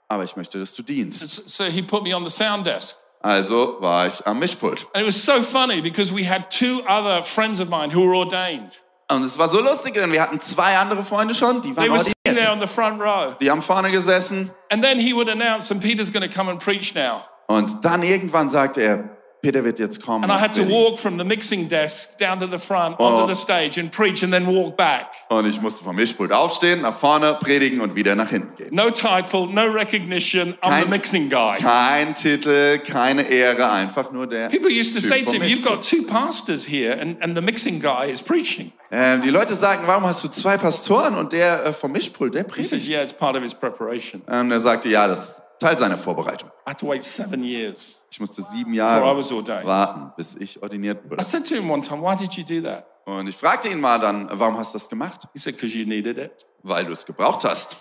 [SPEAKER 3] aber ich möchte, dass du dienst.
[SPEAKER 2] S- So he put me on the sound desk.
[SPEAKER 3] Also war ich am Mischpult.
[SPEAKER 2] And it was so funny because we had two other friends of mine who were ordained.
[SPEAKER 3] Und es war so lustig, denn wir hatten zwei andere Freunde schon, die
[SPEAKER 2] They
[SPEAKER 3] waren
[SPEAKER 2] were sitting there
[SPEAKER 3] ordiniert.
[SPEAKER 2] on the front row.
[SPEAKER 3] Die haben vorne gesessen
[SPEAKER 2] And then he would announce, and Peter's going to come and preach now.
[SPEAKER 3] und dann irgendwann sagte er, Peter wird jetzt kommen.
[SPEAKER 2] And I
[SPEAKER 3] und
[SPEAKER 2] had to
[SPEAKER 3] predigen.
[SPEAKER 2] walk from the mixing desk down to the front,
[SPEAKER 3] Oh.
[SPEAKER 2] onto the stage, and preach, and then walk back.
[SPEAKER 3] Und ich musste vom Mischpult aufstehen, nach vorne predigen und wieder nach hinten gehen.
[SPEAKER 2] No title, no recognition. I'm
[SPEAKER 3] Kein-
[SPEAKER 2] the mixing guy.
[SPEAKER 3] Kein Titel, keine Ehre, einfach nur der.
[SPEAKER 2] People used to
[SPEAKER 3] Typ
[SPEAKER 2] say to
[SPEAKER 3] vom
[SPEAKER 2] him, You've
[SPEAKER 3] Mischpult."
[SPEAKER 2] got two pastors here, and, and the mixing guy is preaching.
[SPEAKER 3] Ähm, die Leute sagen, warum hast du zwei Pastoren und der äh, vom Mischpult, der
[SPEAKER 2] He says,
[SPEAKER 3] predigt?
[SPEAKER 2] Yeah, it's part of his preparation.
[SPEAKER 3] Ähm, er sagte, ja, das ist Teil seiner Vorbereitung.
[SPEAKER 2] I had to wait seven years.
[SPEAKER 3] Ich musste sieben
[SPEAKER 2] Before
[SPEAKER 3] Jahre
[SPEAKER 2] I was ordained.
[SPEAKER 3] warten, bis ich ordiniert
[SPEAKER 2] I
[SPEAKER 3] wurde.
[SPEAKER 2] said to him one time, Why did you do that?
[SPEAKER 3] Und ich fragte ihn mal dann, warum hast du das gemacht?
[SPEAKER 2] He said, Because you needed it.
[SPEAKER 3] Weil du es gebraucht hast.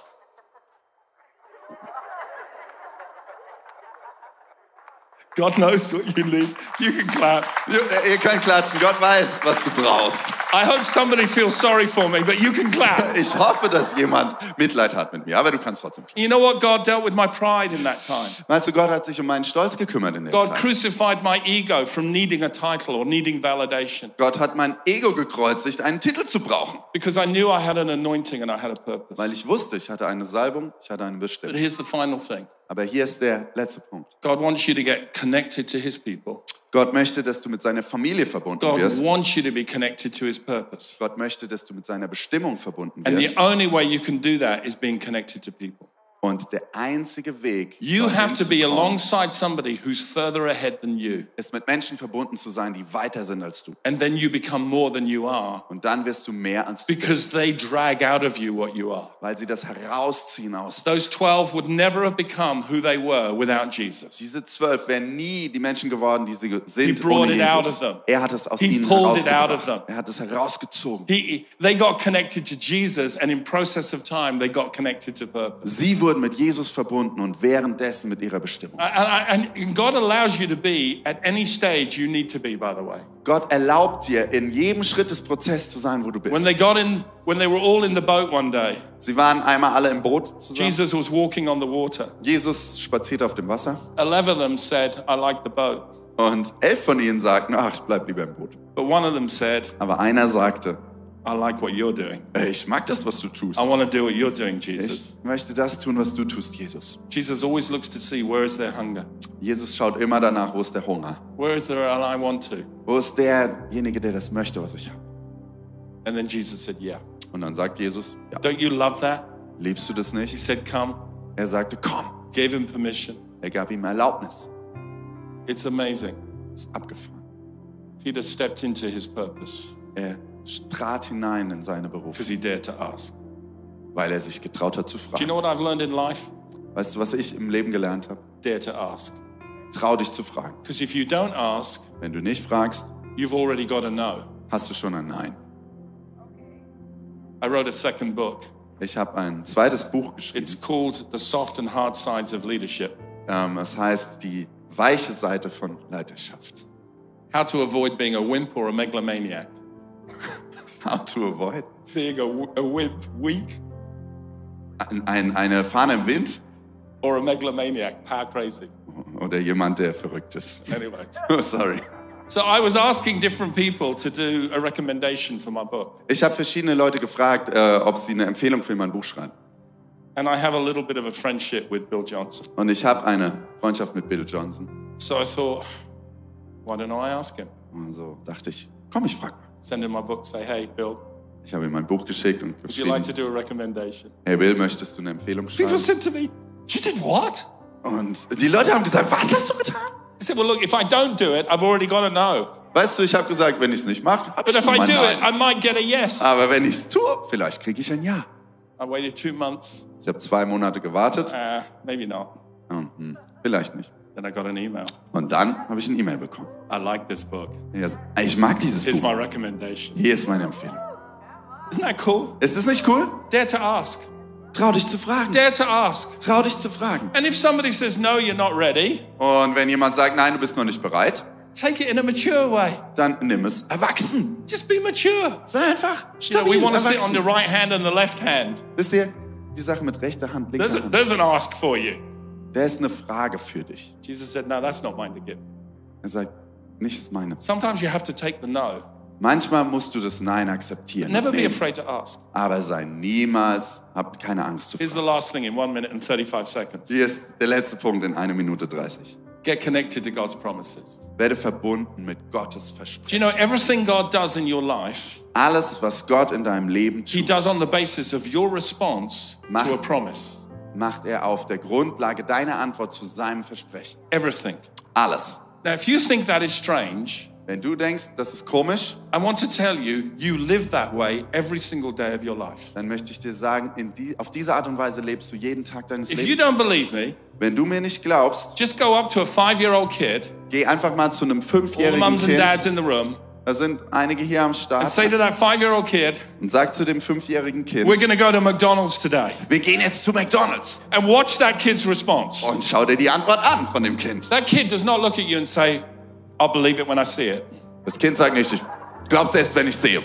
[SPEAKER 2] God knows what you need. You can clap.
[SPEAKER 3] Ihr, ihr könnt klatschen, Gott weiß, was du brauchst.
[SPEAKER 2] I hope somebody feels sorry for me, but you can clap.
[SPEAKER 3] Ich hoffe, dass jemand Mitleid hat mit mir, aber du kannst trotzdem klatschen.
[SPEAKER 2] You know what? God dealt with my pride in that time.
[SPEAKER 3] Weißt du, Gott hat sich um meinen Stolz gekümmert in der
[SPEAKER 2] God
[SPEAKER 3] Zeit.
[SPEAKER 2] crucified my ego from needing a title or needing validation
[SPEAKER 3] Gott hat mein Ego gekreuzigt, einen Titel zu brauchen.
[SPEAKER 2] because I knew I had an anointing and I had a purpose.
[SPEAKER 3] Weil ich wusste, ich hatte eine Salbung, ich hatte eine
[SPEAKER 2] But
[SPEAKER 3] Bestimmung.
[SPEAKER 2] here's the final thing
[SPEAKER 3] Aber hier ist der letzte Punkt.
[SPEAKER 2] God wants you to get connected to his people,
[SPEAKER 3] Gott möchte, dass du mit seiner Familie verbunden
[SPEAKER 2] God
[SPEAKER 3] wirst.
[SPEAKER 2] wants you to be connected to his purpose.
[SPEAKER 3] Gott möchte, dass du mit seiner Bestimmung verbunden
[SPEAKER 2] And
[SPEAKER 3] wirst.
[SPEAKER 2] the only way you can do that is being connected to people.
[SPEAKER 3] Und der einzige Weg,
[SPEAKER 2] You
[SPEAKER 3] dorthin
[SPEAKER 2] have to be
[SPEAKER 3] zu kommen,
[SPEAKER 2] alongside somebody who's further ahead than you,
[SPEAKER 3] ist mit Menschen verbunden zu sein, die weiter sind als du.
[SPEAKER 2] and then you become more than you are
[SPEAKER 3] Und dann wirst du mehr als du,
[SPEAKER 2] because they drag out of you what you are.
[SPEAKER 3] weil sie das herausziehen aus dir.
[SPEAKER 2] Those 12 would never have become who they were without Jesus.
[SPEAKER 3] Diese zwölf wären nie die Menschen geworden, die sie ge-
[SPEAKER 2] He
[SPEAKER 3] sind
[SPEAKER 2] brought
[SPEAKER 3] ohne
[SPEAKER 2] it out
[SPEAKER 3] Jesus.
[SPEAKER 2] of them.
[SPEAKER 3] Er hat es aus
[SPEAKER 2] He
[SPEAKER 3] ihnen
[SPEAKER 2] pulled it out of
[SPEAKER 3] herausgebracht.
[SPEAKER 2] them.
[SPEAKER 3] Er hat es herausgezogen.
[SPEAKER 2] He, they got connected to Jesus, and in process of time, they got connected to purpose.
[SPEAKER 3] Sie wurden mit Jesus verbunden und währenddessen mit ihrer Bestimmung.
[SPEAKER 2] And, and- and God allows you to be at any stage you need to be, by the way.
[SPEAKER 3] Gott erlaubt dir, in jedem Schritt des Prozesses zu sein, wo du
[SPEAKER 2] When
[SPEAKER 3] bist.
[SPEAKER 2] they got in, when they were all in the boat one day,
[SPEAKER 3] Sie waren einmal alle im Boot zusammen.
[SPEAKER 2] Jesus was walking on the water.
[SPEAKER 3] Jesus spazierte auf dem Wasser.
[SPEAKER 2] Eleven of them said, I like the boat.
[SPEAKER 3] Und elf von ihnen sagten, ach, ich bleib lieber im Boot.
[SPEAKER 2] But one of them said,
[SPEAKER 3] Aber einer sagte,
[SPEAKER 2] I like what you're doing.
[SPEAKER 3] "Ey, ich mag das, was du tust.
[SPEAKER 2] I want to do what you're doing, Jesus.
[SPEAKER 3] Ich möchte das tun, was du tust, Jesus.
[SPEAKER 2] Jesus always looks to see where is their hunger?
[SPEAKER 3] Jesus schaut immer danach, wo ist der Hunger?
[SPEAKER 2] Where is their and I want to?
[SPEAKER 3] Wo ist derjenige, der das möchte, was ich habe?
[SPEAKER 2] And then Jesus said, Yeah.
[SPEAKER 3] Und dann sagt Jesus, ja,
[SPEAKER 2] Don't you love that?
[SPEAKER 3] liebst du das
[SPEAKER 2] He
[SPEAKER 3] nicht?
[SPEAKER 2] said, Come.
[SPEAKER 3] Er sagte, komm.
[SPEAKER 2] Gave him permission.
[SPEAKER 3] Er gab ihm Erlaubnis.
[SPEAKER 2] It's amazing.
[SPEAKER 3] Ist abgefahren.
[SPEAKER 2] Peter stepped into his purpose
[SPEAKER 3] Er trat hinein in seine
[SPEAKER 2] because
[SPEAKER 3] Berufung,
[SPEAKER 2] he dared to ask.
[SPEAKER 3] weil er sich getraut hat zu
[SPEAKER 2] Do you
[SPEAKER 3] fragen.
[SPEAKER 2] know what I've learned in life?
[SPEAKER 3] Weißt du, was ich im Leben gelernt habe?
[SPEAKER 2] Dare to ask.
[SPEAKER 3] Trau dich zu fragen.
[SPEAKER 2] Because if you don't ask,
[SPEAKER 3] Wenn du nicht fragst,
[SPEAKER 2] you've already got a no.
[SPEAKER 3] hast du schon ein Nein.
[SPEAKER 2] I wrote a second book.
[SPEAKER 3] Ich habe ein zweites Buch geschrieben.
[SPEAKER 2] It's called The Soft and Hard Sides of Leadership
[SPEAKER 3] Ähm, das heißt, die weiche Seite von Leidenschaft.
[SPEAKER 2] How to Avoid Being a Wimp or a Megalomaniac.
[SPEAKER 3] How to avoid.
[SPEAKER 2] Being a, w- a wimp, weak,
[SPEAKER 3] Ein, ein, eine Fahne im Wind
[SPEAKER 2] or a megalomaniac, power crazy.
[SPEAKER 3] oder jemand, der verrückt ist.
[SPEAKER 2] Anyway.
[SPEAKER 3] Oh, sorry.
[SPEAKER 2] So I was asking different people to do a recommendation for my book,
[SPEAKER 3] Ich habe verschiedene Leute gefragt, äh, ob sie eine Empfehlung für mein Buch schreiben.
[SPEAKER 2] and I have a little bit of a friendship with Bill Johnson.
[SPEAKER 3] Und ich habe eine Freundschaft mit Bill Johnson.
[SPEAKER 2] So I thought, why don't I ask him?
[SPEAKER 3] Also dachte ich, komm, ich frage mal.
[SPEAKER 2] Send him my book, say, hey, Bill,
[SPEAKER 3] Ich habe ihm mein Buch geschickt und
[SPEAKER 2] would you like
[SPEAKER 3] geschrieben,
[SPEAKER 2] to do a recommendation? Um,
[SPEAKER 3] hey Bill, möchtest du eine Empfehlung
[SPEAKER 2] People
[SPEAKER 3] schreiben?
[SPEAKER 2] said to me, you did what?
[SPEAKER 3] Und die Leute haben gesagt, was hast du getan?
[SPEAKER 2] I said, well, look, if I don't do it, I've already got a no.
[SPEAKER 3] Weißt du, ich habe gesagt, wenn ich es nicht mache, habe
[SPEAKER 2] But
[SPEAKER 3] ich
[SPEAKER 2] if
[SPEAKER 3] schon
[SPEAKER 2] I
[SPEAKER 3] mal
[SPEAKER 2] do it, I
[SPEAKER 3] Nein.
[SPEAKER 2] might get a yes.
[SPEAKER 3] Aber wenn ich es tue, vielleicht kriege ich ein Ja.
[SPEAKER 2] I waited two months,
[SPEAKER 3] Ich habe zwei Monate gewartet.
[SPEAKER 2] uh, maybe not.
[SPEAKER 3] Hm, hm, vielleicht nicht.
[SPEAKER 2] Then I got an email.
[SPEAKER 3] Und dann habe ich eine E-Mail bekommen.
[SPEAKER 2] I like this book.
[SPEAKER 3] Ja, Ich mag dieses
[SPEAKER 2] Here's my
[SPEAKER 3] Buch.
[SPEAKER 2] recommendation.
[SPEAKER 3] Hier ist meine Empfehlung.
[SPEAKER 2] Isn't that cool?
[SPEAKER 3] Ist das nicht cool?
[SPEAKER 2] Dare to ask.
[SPEAKER 3] Trau dich zu fragen.
[SPEAKER 2] Dare to ask.
[SPEAKER 3] Trau dich zu fragen.
[SPEAKER 2] And if somebody says, no, you're not ready,
[SPEAKER 3] Und wenn jemand sagt, nein, du bist noch nicht bereit,
[SPEAKER 2] take it in a mature way.
[SPEAKER 3] dann nimm es erwachsen.
[SPEAKER 2] Just be mature.
[SPEAKER 3] Sei einfach
[SPEAKER 2] You know,
[SPEAKER 3] stabil,
[SPEAKER 2] we want to sit on the
[SPEAKER 3] erwachsen.
[SPEAKER 2] right hand and the left hand.
[SPEAKER 3] Wisst ihr, die Sache mit rechter Hand, linker
[SPEAKER 2] There's, a,
[SPEAKER 3] Hand,
[SPEAKER 2] there's an ask for you.
[SPEAKER 3] da ist eine Frage für dich.
[SPEAKER 2] Jesus said, no, that's not mine to give.
[SPEAKER 3] Er sagt, nichts meines.
[SPEAKER 2] Sometimes you have to take the no.
[SPEAKER 3] Manchmal musst du das Nein akzeptieren.
[SPEAKER 2] Never be
[SPEAKER 3] Nehmen.
[SPEAKER 2] afraid to ask.
[SPEAKER 3] Aber sei niemals, habt keine Angst zu
[SPEAKER 2] Here's the
[SPEAKER 3] fragen.
[SPEAKER 2] last thing in one minute and 35 seconds
[SPEAKER 3] Hier ist der letzte Punkt in 1 Minute 30.
[SPEAKER 2] get connected to God's promises.
[SPEAKER 3] Werde verbunden mit Gottes
[SPEAKER 2] Do you know
[SPEAKER 3] Versprechen.
[SPEAKER 2] everything God does in your life,
[SPEAKER 3] Alles, was Gott in deinem Leben
[SPEAKER 2] He
[SPEAKER 3] tut,
[SPEAKER 2] does on the basis of your response
[SPEAKER 3] Macht.
[SPEAKER 2] to a promise?
[SPEAKER 3] macht er auf der Grundlage deiner Antwort zu seinem Versprechen.
[SPEAKER 2] Everything.
[SPEAKER 3] Alles.
[SPEAKER 2] Now, if you think that is strange,
[SPEAKER 3] Wenn du denkst, das ist komisch,
[SPEAKER 2] I want to tell you, you live that way every single day of your life.
[SPEAKER 3] dann möchte ich dir sagen, in die, auf diese Art und Weise lebst du jeden Tag deines
[SPEAKER 2] If you
[SPEAKER 3] Lebens.
[SPEAKER 2] don't believe me,
[SPEAKER 3] Wenn du mir nicht glaubst,
[SPEAKER 2] just go up to a five year old kid,
[SPEAKER 3] geh einfach mal zu einem
[SPEAKER 2] all the
[SPEAKER 3] fünfjährigen
[SPEAKER 2] mums and dads
[SPEAKER 3] Kind.
[SPEAKER 2] in the room,
[SPEAKER 3] Da sind einige hier am
[SPEAKER 2] and say
[SPEAKER 3] Start.
[SPEAKER 2] to that five year old kid,
[SPEAKER 3] Und sag zu dem fünfjährigen Kind,
[SPEAKER 2] We're going to go to McDonald's today.
[SPEAKER 3] wir gehen jetzt zu McDonald's.
[SPEAKER 2] And watch that kid's response.
[SPEAKER 3] Und schau dir die Antwort an von dem Kind.
[SPEAKER 2] That kid does not look at you and say, I'll believe it when I see it.
[SPEAKER 3] Das Kind sagt nicht, ich glaub's erst, wenn ich sehe.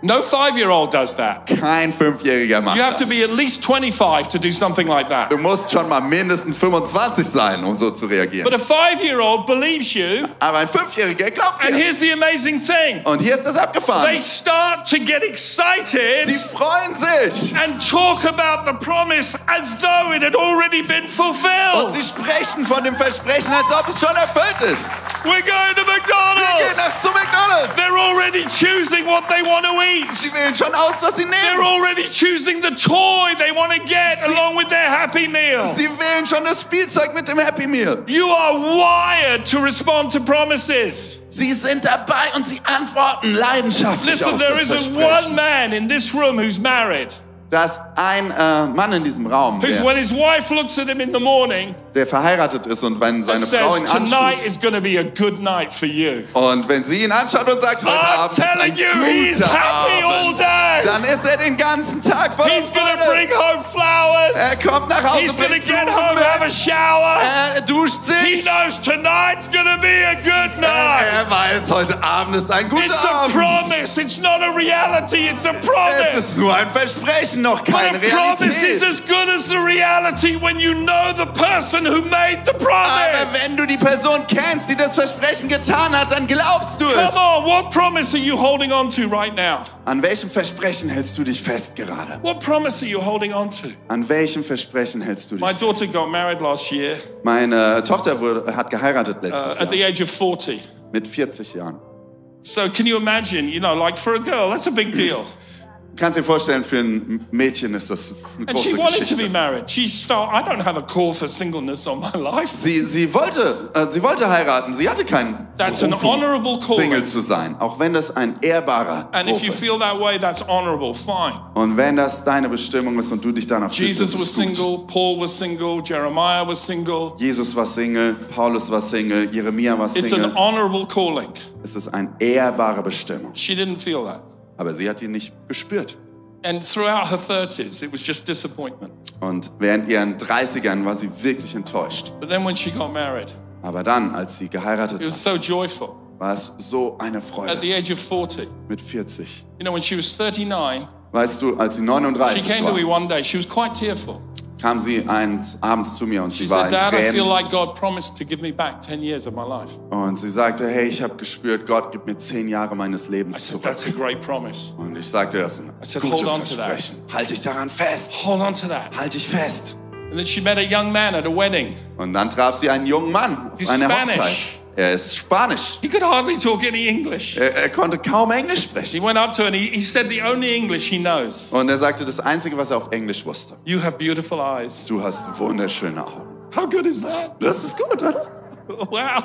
[SPEAKER 2] No five year old does that.
[SPEAKER 3] Kein Fünfjähriger macht
[SPEAKER 2] You have to
[SPEAKER 3] das.
[SPEAKER 2] be at least 25 to do something like that.
[SPEAKER 3] Du musst schon mal mindestens 25 sein, um so zu
[SPEAKER 2] But
[SPEAKER 3] reagieren.
[SPEAKER 2] a five year old believes you.
[SPEAKER 3] Aber ein Fünfjähriger glaubt
[SPEAKER 2] And
[SPEAKER 3] dir.
[SPEAKER 2] here's the amazing thing
[SPEAKER 3] Und hier ist das
[SPEAKER 2] they
[SPEAKER 3] abgefahren.
[SPEAKER 2] start to get
[SPEAKER 3] Sie
[SPEAKER 2] excited
[SPEAKER 3] freuen sich.
[SPEAKER 2] and talk about the promise as though it had already been
[SPEAKER 3] Und
[SPEAKER 2] fulfilled.
[SPEAKER 3] sie sprechen von dem Versprechen, als ob es schon erfüllt ist.
[SPEAKER 2] We're going to
[SPEAKER 3] Wir gehen
[SPEAKER 2] McDonald's.
[SPEAKER 3] nach zu McDonalds.
[SPEAKER 2] They're already choosing what they want to eat.
[SPEAKER 3] Sie wählen schon aus, was sie
[SPEAKER 2] They're
[SPEAKER 3] nehmen.
[SPEAKER 2] already choosing the toy they want to get along with their Happy Meal.
[SPEAKER 3] Sie wählen schon das Spielzeug mit dem Happy Meal.
[SPEAKER 2] You are wired to respond to promises.
[SPEAKER 3] Sie sind dabei und sie antworten leidenschaftlich
[SPEAKER 2] Listen,
[SPEAKER 3] auf
[SPEAKER 2] there
[SPEAKER 3] das
[SPEAKER 2] isn't
[SPEAKER 3] Versprechen.
[SPEAKER 2] one man in this room who's married,
[SPEAKER 3] Dass ein äh, Mann in diesem Raum,
[SPEAKER 2] who's
[SPEAKER 3] der,
[SPEAKER 2] when his wife looks at him in the morning
[SPEAKER 3] der verheiratet ist und wenn
[SPEAKER 2] and
[SPEAKER 3] seine Frau ihn
[SPEAKER 2] says, Tonight
[SPEAKER 3] anschaut
[SPEAKER 2] is going to be a good night for you.
[SPEAKER 3] und wenn sie ihn anschaut und sagt, heute
[SPEAKER 2] I'm
[SPEAKER 3] Abend ist
[SPEAKER 2] telling
[SPEAKER 3] ein
[SPEAKER 2] you, he's
[SPEAKER 3] guter
[SPEAKER 2] happy all
[SPEAKER 3] Abend,
[SPEAKER 2] day.
[SPEAKER 3] dann ist er den ganzen Tag voll
[SPEAKER 2] He's going to
[SPEAKER 3] Freude.
[SPEAKER 2] bring home
[SPEAKER 3] Er
[SPEAKER 2] flowers.
[SPEAKER 3] kommt nach Hause,
[SPEAKER 2] He's going to
[SPEAKER 3] bringt
[SPEAKER 2] get
[SPEAKER 3] Blumen
[SPEAKER 2] home,
[SPEAKER 3] mit,
[SPEAKER 2] have a shower.
[SPEAKER 3] er duscht
[SPEAKER 2] He
[SPEAKER 3] sich.
[SPEAKER 2] knows tonight's going to be a good night.
[SPEAKER 3] Er weiß, heute Abend ist ein guter
[SPEAKER 2] It's a
[SPEAKER 3] Abend.
[SPEAKER 2] promise. It's not a reality. um, It's a
[SPEAKER 3] Es
[SPEAKER 2] promise.
[SPEAKER 3] ist nur ein Versprechen, noch
[SPEAKER 2] But
[SPEAKER 3] keine
[SPEAKER 2] a promise is
[SPEAKER 3] Realität.
[SPEAKER 2] as good as the reality when you know the person who made the
[SPEAKER 3] Aber wenn
[SPEAKER 2] promise.
[SPEAKER 3] du die Person kennst, die das Versprechen getan hat, dann glaubst du es.
[SPEAKER 2] Come on, what promise are you holding on to right now?
[SPEAKER 3] An welchem Versprechen hältst du dich fest gerade?
[SPEAKER 2] What promise are you holding on to?
[SPEAKER 3] An welchem Versprechen hältst du dich
[SPEAKER 2] My
[SPEAKER 3] fest?
[SPEAKER 2] daughter got married last year
[SPEAKER 3] Meine Tochter wurde, hat geheiratet
[SPEAKER 2] uh,
[SPEAKER 3] letztes
[SPEAKER 2] at the
[SPEAKER 3] Jahr.
[SPEAKER 2] age of 40.
[SPEAKER 3] Mit 40 Jahren.
[SPEAKER 2] So can you imagine, you know, like for a girl, that's a big deal.
[SPEAKER 3] Du kannst dir vorstellen, für ein Mädchen ist das eine
[SPEAKER 2] And she
[SPEAKER 3] große
[SPEAKER 2] wanted to be
[SPEAKER 3] Geschichte.
[SPEAKER 2] married. She felt, I don't have a call for singleness on my life.
[SPEAKER 3] Sie, sie, wollte, äh, sie wollte heiraten, sie hatte keinen
[SPEAKER 2] That's an
[SPEAKER 3] Beruf, um
[SPEAKER 2] honorable
[SPEAKER 3] Single
[SPEAKER 2] calling.
[SPEAKER 3] zu sein, auch wenn das ein ehrbarer
[SPEAKER 2] And
[SPEAKER 3] Beruf
[SPEAKER 2] if you
[SPEAKER 3] ist.
[SPEAKER 2] feel that way, that's honorable, fine.
[SPEAKER 3] Und wenn das deine Bestimmung ist und du dich danach fühlst,
[SPEAKER 2] Jesus
[SPEAKER 3] ist
[SPEAKER 2] was
[SPEAKER 3] es gut.
[SPEAKER 2] single, Paul was single, Jeremiah was single.
[SPEAKER 3] Jesus war Single, Paulus war Single, Jeremia war
[SPEAKER 2] It's an
[SPEAKER 3] Single.
[SPEAKER 2] honorable calling.
[SPEAKER 3] Es ist eine ehrbare Bestimmung.
[SPEAKER 2] She didn't feel that.
[SPEAKER 3] Aber sie hat ihn nicht gespürt.
[SPEAKER 2] And throughout her 30s, it was just disappointment.
[SPEAKER 3] Und während ihren 30ern war sie wirklich enttäuscht.
[SPEAKER 2] But then when she got married,
[SPEAKER 3] Aber dann, als sie geheiratet
[SPEAKER 2] it was
[SPEAKER 3] hat,
[SPEAKER 2] so joyful.
[SPEAKER 3] war es so eine
[SPEAKER 2] At the
[SPEAKER 3] Freude.
[SPEAKER 2] age of 40, you
[SPEAKER 3] Mit 40.
[SPEAKER 2] know, when she was 39,
[SPEAKER 3] Weißt du, als sie
[SPEAKER 2] she
[SPEAKER 3] 39
[SPEAKER 2] came to me
[SPEAKER 3] war,
[SPEAKER 2] one day. She was quite tearful.
[SPEAKER 3] kam sie eines Abends zu mir und
[SPEAKER 4] She
[SPEAKER 3] sie war
[SPEAKER 4] said,
[SPEAKER 3] in
[SPEAKER 4] Dad, I feel
[SPEAKER 3] Tränen.
[SPEAKER 4] like God promised to give me back 10 years of my life.
[SPEAKER 3] Und sie sagte, hey, ich habe gespürt, Gott gibt mir zehn Jahre meines
[SPEAKER 4] I
[SPEAKER 3] Lebens zurück.
[SPEAKER 4] said, that's a great promise.
[SPEAKER 3] Und ich sagte, das ist ein
[SPEAKER 4] I said,
[SPEAKER 3] gutes
[SPEAKER 4] hold on to that.
[SPEAKER 3] Versprechen. Halt dich daran fest.
[SPEAKER 4] Hold on to that.
[SPEAKER 3] Halt dich fest.
[SPEAKER 4] And then she met a young man at a wedding.
[SPEAKER 3] Und dann traf sie einen jungen Mann auf
[SPEAKER 4] He's
[SPEAKER 3] einer
[SPEAKER 4] Spanish.
[SPEAKER 3] Hochzeit. Er ist Spanisch.
[SPEAKER 4] He could hardly talk any English.
[SPEAKER 3] Er, er konnte kaum Englisch
[SPEAKER 4] He
[SPEAKER 3] sprechen.
[SPEAKER 4] went up to her and he, he said the only English he knows.
[SPEAKER 3] Und er sagte das Einzige, was er auf Englisch wusste.
[SPEAKER 4] You have beautiful eyes.
[SPEAKER 3] Du hast wunderschöne Augen.
[SPEAKER 4] How good is that?
[SPEAKER 3] Das ist gut, oder?
[SPEAKER 4] Wow.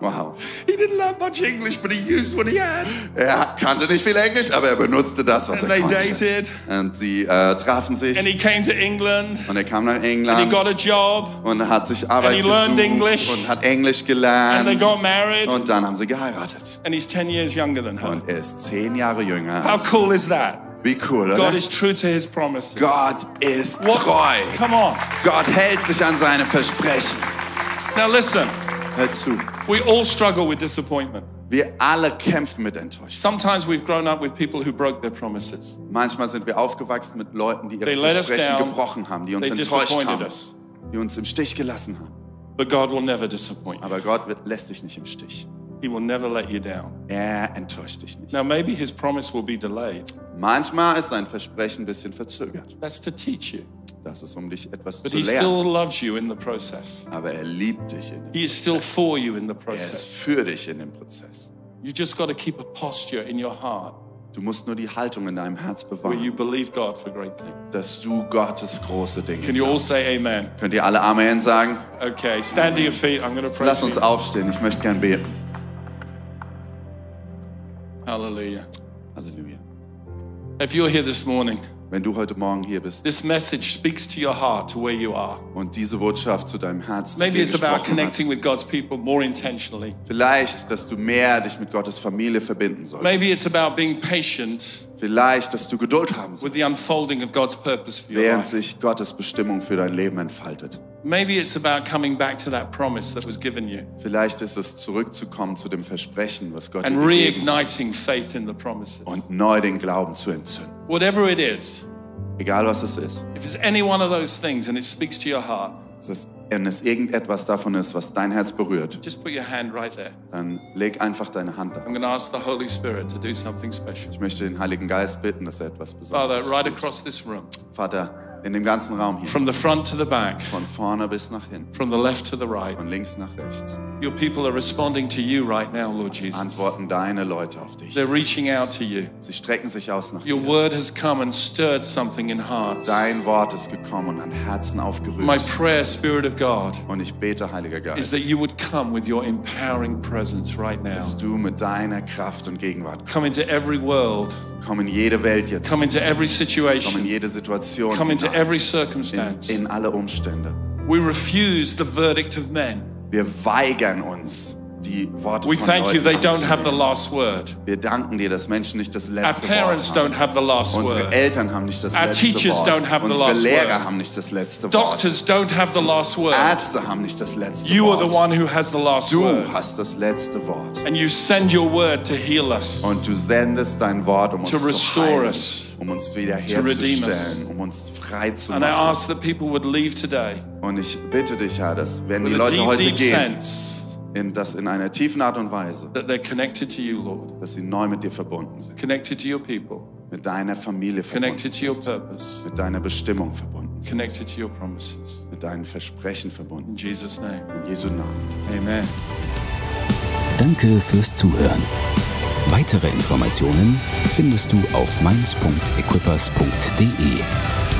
[SPEAKER 3] Wow.
[SPEAKER 4] He didn't have much English, but he used what he had.
[SPEAKER 3] Er kannte nicht viel Englisch, aber er benutzte das, was
[SPEAKER 4] And
[SPEAKER 3] er
[SPEAKER 4] they
[SPEAKER 3] konnte.
[SPEAKER 4] dated.
[SPEAKER 3] Und sie äh, trafen sich
[SPEAKER 4] And he came to England
[SPEAKER 3] und er kam nach
[SPEAKER 4] and he
[SPEAKER 3] England
[SPEAKER 4] got a job
[SPEAKER 3] und hat sich Arbeit
[SPEAKER 4] he learned
[SPEAKER 3] gesucht
[SPEAKER 4] English.
[SPEAKER 3] und hat Englisch
[SPEAKER 4] and they
[SPEAKER 3] gelernt
[SPEAKER 4] got married
[SPEAKER 3] und dann haben sie geheiratet.
[SPEAKER 4] and he's 10 years younger than her.
[SPEAKER 3] Und er ist zehn Jahre jünger.
[SPEAKER 4] How
[SPEAKER 3] als-
[SPEAKER 4] cool is that?
[SPEAKER 3] Wie cool, oder?
[SPEAKER 4] God is true to his promises.
[SPEAKER 3] Gott ist
[SPEAKER 4] What-
[SPEAKER 3] treu.
[SPEAKER 4] Come on.
[SPEAKER 3] Gott hält sich an seine Versprechen.
[SPEAKER 4] Now listen,
[SPEAKER 3] Hör zu.
[SPEAKER 4] we all struggle with disappointment.
[SPEAKER 3] Wir alle kämpfen mit Enttäuschung.
[SPEAKER 4] Sometimes we've grown up with people who broke their promises.
[SPEAKER 3] Manchmal sind wir aufgewachsen mit Leuten, die ihre
[SPEAKER 4] They let us
[SPEAKER 3] Versprechen
[SPEAKER 4] down.
[SPEAKER 3] gebrochen haben, die uns
[SPEAKER 4] They
[SPEAKER 3] enttäuscht
[SPEAKER 4] disappointed
[SPEAKER 3] haben,
[SPEAKER 4] us.
[SPEAKER 3] die uns im Stich gelassen haben.
[SPEAKER 4] But God will never disappoint you.
[SPEAKER 3] Aber Gott wird- lässt dich nicht im Stich.
[SPEAKER 4] He will never let you down.
[SPEAKER 3] Er enttäuscht dich nicht.
[SPEAKER 4] Now, maybe his promise will be delayed.
[SPEAKER 3] Manchmal ist sein Versprechen ein bisschen verzögert.
[SPEAKER 4] That's to teach you.
[SPEAKER 3] Das ist, um dich etwas
[SPEAKER 4] But
[SPEAKER 3] zu
[SPEAKER 4] he
[SPEAKER 3] lernen.
[SPEAKER 4] still loves you in the process.
[SPEAKER 3] Aber er liebt dich in dem
[SPEAKER 4] He is still for you in the
[SPEAKER 3] Er ist
[SPEAKER 4] process.
[SPEAKER 3] für dich in dem Prozess.
[SPEAKER 4] You just got to keep a posture in your heart
[SPEAKER 3] Du musst nur die Haltung in deinem Herz
[SPEAKER 4] where you
[SPEAKER 3] bewahren,
[SPEAKER 4] believe God for great things.
[SPEAKER 3] dass du Gottes große Dinge
[SPEAKER 4] Can you all
[SPEAKER 3] glaubst.
[SPEAKER 4] say amen?
[SPEAKER 3] Könnt ihr alle Amen sagen?
[SPEAKER 4] Okay, stand to your feet. I'm going to pray
[SPEAKER 3] Lass
[SPEAKER 4] for
[SPEAKER 3] uns
[SPEAKER 4] you.
[SPEAKER 3] aufstehen. Ich möchte gern beten.
[SPEAKER 4] Hallelujah.
[SPEAKER 3] Halleluja.
[SPEAKER 4] If you're here this morning,
[SPEAKER 3] Wenn du heute Morgen hier bist
[SPEAKER 4] this message speaks to your heart, to where you are.
[SPEAKER 3] und diese Botschaft zu deinem Herz zu
[SPEAKER 4] Maybe
[SPEAKER 3] dir
[SPEAKER 4] it's about
[SPEAKER 3] gesprochen hat,
[SPEAKER 4] connecting with God's people more intentionally.
[SPEAKER 3] vielleicht, dass du mehr dich mit Gottes Familie verbinden solltest.
[SPEAKER 4] Maybe it's about being patient
[SPEAKER 3] Vielleicht, dass du Geduld haben
[SPEAKER 4] with the
[SPEAKER 3] solltest,
[SPEAKER 4] unfolding of God's purpose for your
[SPEAKER 3] während
[SPEAKER 4] life.
[SPEAKER 3] sich Gottes Bestimmung für dein Leben entfaltet.
[SPEAKER 4] Maybe it's about coming back to that promise that was given you
[SPEAKER 3] Vielleicht ist es zurückzukommen zu dem Versprechen, was Gott
[SPEAKER 4] and
[SPEAKER 3] dir gegeben hat
[SPEAKER 4] reigniting faith in the promises.
[SPEAKER 3] und neu den Glauben zu entzünden.
[SPEAKER 4] Whatever it is,
[SPEAKER 3] Egal was es ist.
[SPEAKER 4] if it's any one of those things and it speaks to your heart,
[SPEAKER 3] Es ist- Wenn es irgendetwas davon ist, was dein Herz berührt,
[SPEAKER 4] just put your hand right there.
[SPEAKER 3] dann leg einfach deine Hand da.
[SPEAKER 4] I'm going to ask the Holy Spirit to do something special.
[SPEAKER 3] Ich möchte den Heiligen Geist bitten, dass er etwas
[SPEAKER 4] Father,
[SPEAKER 3] Besonderes
[SPEAKER 4] right
[SPEAKER 3] tut.
[SPEAKER 4] across this room,
[SPEAKER 3] Vater, in dem ganzen Raum hier,
[SPEAKER 4] from the front to the back,
[SPEAKER 3] von vorne bis nach hinten,
[SPEAKER 4] from the left to the right,
[SPEAKER 3] von links nach rechts,
[SPEAKER 4] your people are responding to you right now, Lord Jesus.
[SPEAKER 3] antworten deine Leute auf dich.
[SPEAKER 4] They're reaching out to you.
[SPEAKER 3] Sie strecken sich aus nach
[SPEAKER 4] Your
[SPEAKER 3] dir.
[SPEAKER 4] word has come and stirred something in hearts.
[SPEAKER 3] Dein Wort ist gekommen und an Herzen
[SPEAKER 4] My
[SPEAKER 3] aufgerührt.
[SPEAKER 4] prayer, Spirit of God,
[SPEAKER 3] Und ich bete, Heiliger
[SPEAKER 4] is
[SPEAKER 3] Geist,
[SPEAKER 4] that you would come with your empowering presence right now.
[SPEAKER 3] dass du mit deiner Kraft und Gegenwart
[SPEAKER 4] Come into every world,
[SPEAKER 3] Komm in jede Welt jetzt.
[SPEAKER 4] come into every
[SPEAKER 3] Komm in
[SPEAKER 4] situation,
[SPEAKER 3] jede Situation.
[SPEAKER 4] come into
[SPEAKER 3] hinein.
[SPEAKER 4] every
[SPEAKER 3] in,
[SPEAKER 4] circumstance.
[SPEAKER 3] in alle Umstände.
[SPEAKER 4] We refuse the verdict of men.
[SPEAKER 3] Wir weigern uns, die Worte
[SPEAKER 4] We
[SPEAKER 3] von
[SPEAKER 4] thank you
[SPEAKER 3] Leuten
[SPEAKER 4] they don't have Oh, the
[SPEAKER 3] anzunehmen.
[SPEAKER 4] last word.
[SPEAKER 3] Wir danken dir, dass Menschen nicht das
[SPEAKER 4] Our
[SPEAKER 3] letzte
[SPEAKER 4] parents
[SPEAKER 3] Wort haben.
[SPEAKER 4] don't have the last
[SPEAKER 3] Unsere
[SPEAKER 4] word.
[SPEAKER 3] Eltern haben nicht das
[SPEAKER 4] Our
[SPEAKER 3] letzte
[SPEAKER 4] teachers
[SPEAKER 3] Wort.
[SPEAKER 4] don't have the
[SPEAKER 3] Unsere
[SPEAKER 4] last
[SPEAKER 3] Lehrer
[SPEAKER 4] word.
[SPEAKER 3] haben nicht das letzte
[SPEAKER 4] Doctors don't have the last
[SPEAKER 3] Wort.
[SPEAKER 4] word.
[SPEAKER 3] Ärzte haben nicht das letzte
[SPEAKER 4] You are
[SPEAKER 3] Wort.
[SPEAKER 4] the one who has the last
[SPEAKER 3] du
[SPEAKER 4] word.
[SPEAKER 3] hast das letzte Wort.
[SPEAKER 4] And you send your word to heal us,
[SPEAKER 3] Und du sendest dein Wort, um uns
[SPEAKER 4] To
[SPEAKER 3] zu
[SPEAKER 4] restore
[SPEAKER 3] heilen,
[SPEAKER 4] us.
[SPEAKER 3] um uns
[SPEAKER 4] redeem
[SPEAKER 3] wiederherzustellen,
[SPEAKER 4] us.
[SPEAKER 3] um uns frei zu
[SPEAKER 4] And I
[SPEAKER 3] machen.
[SPEAKER 4] ask that people would leave today
[SPEAKER 3] Und ich bitte dich, Herr, dass wenn die
[SPEAKER 4] with a
[SPEAKER 3] Leute
[SPEAKER 4] deep,
[SPEAKER 3] heute
[SPEAKER 4] deep
[SPEAKER 3] gehen,
[SPEAKER 4] sense
[SPEAKER 3] in, das in einer tiefen Art und Weise,
[SPEAKER 4] that they're connected to you, Lord,
[SPEAKER 3] dass sie neu mit dir verbunden sind,
[SPEAKER 4] connected to your people,
[SPEAKER 3] mit deiner Familie verbunden,
[SPEAKER 4] connected to your purpose,
[SPEAKER 3] mit deiner Bestimmung verbunden, sind,
[SPEAKER 4] connected to your promises.
[SPEAKER 3] mit deinen Versprechen
[SPEAKER 4] In
[SPEAKER 3] verbunden.
[SPEAKER 4] Jesus' name,
[SPEAKER 3] In Jesu Namen.
[SPEAKER 4] amen.
[SPEAKER 1] Danke fürs Zuhören. Weitere Informationen findest du auf mainz.equippers.de.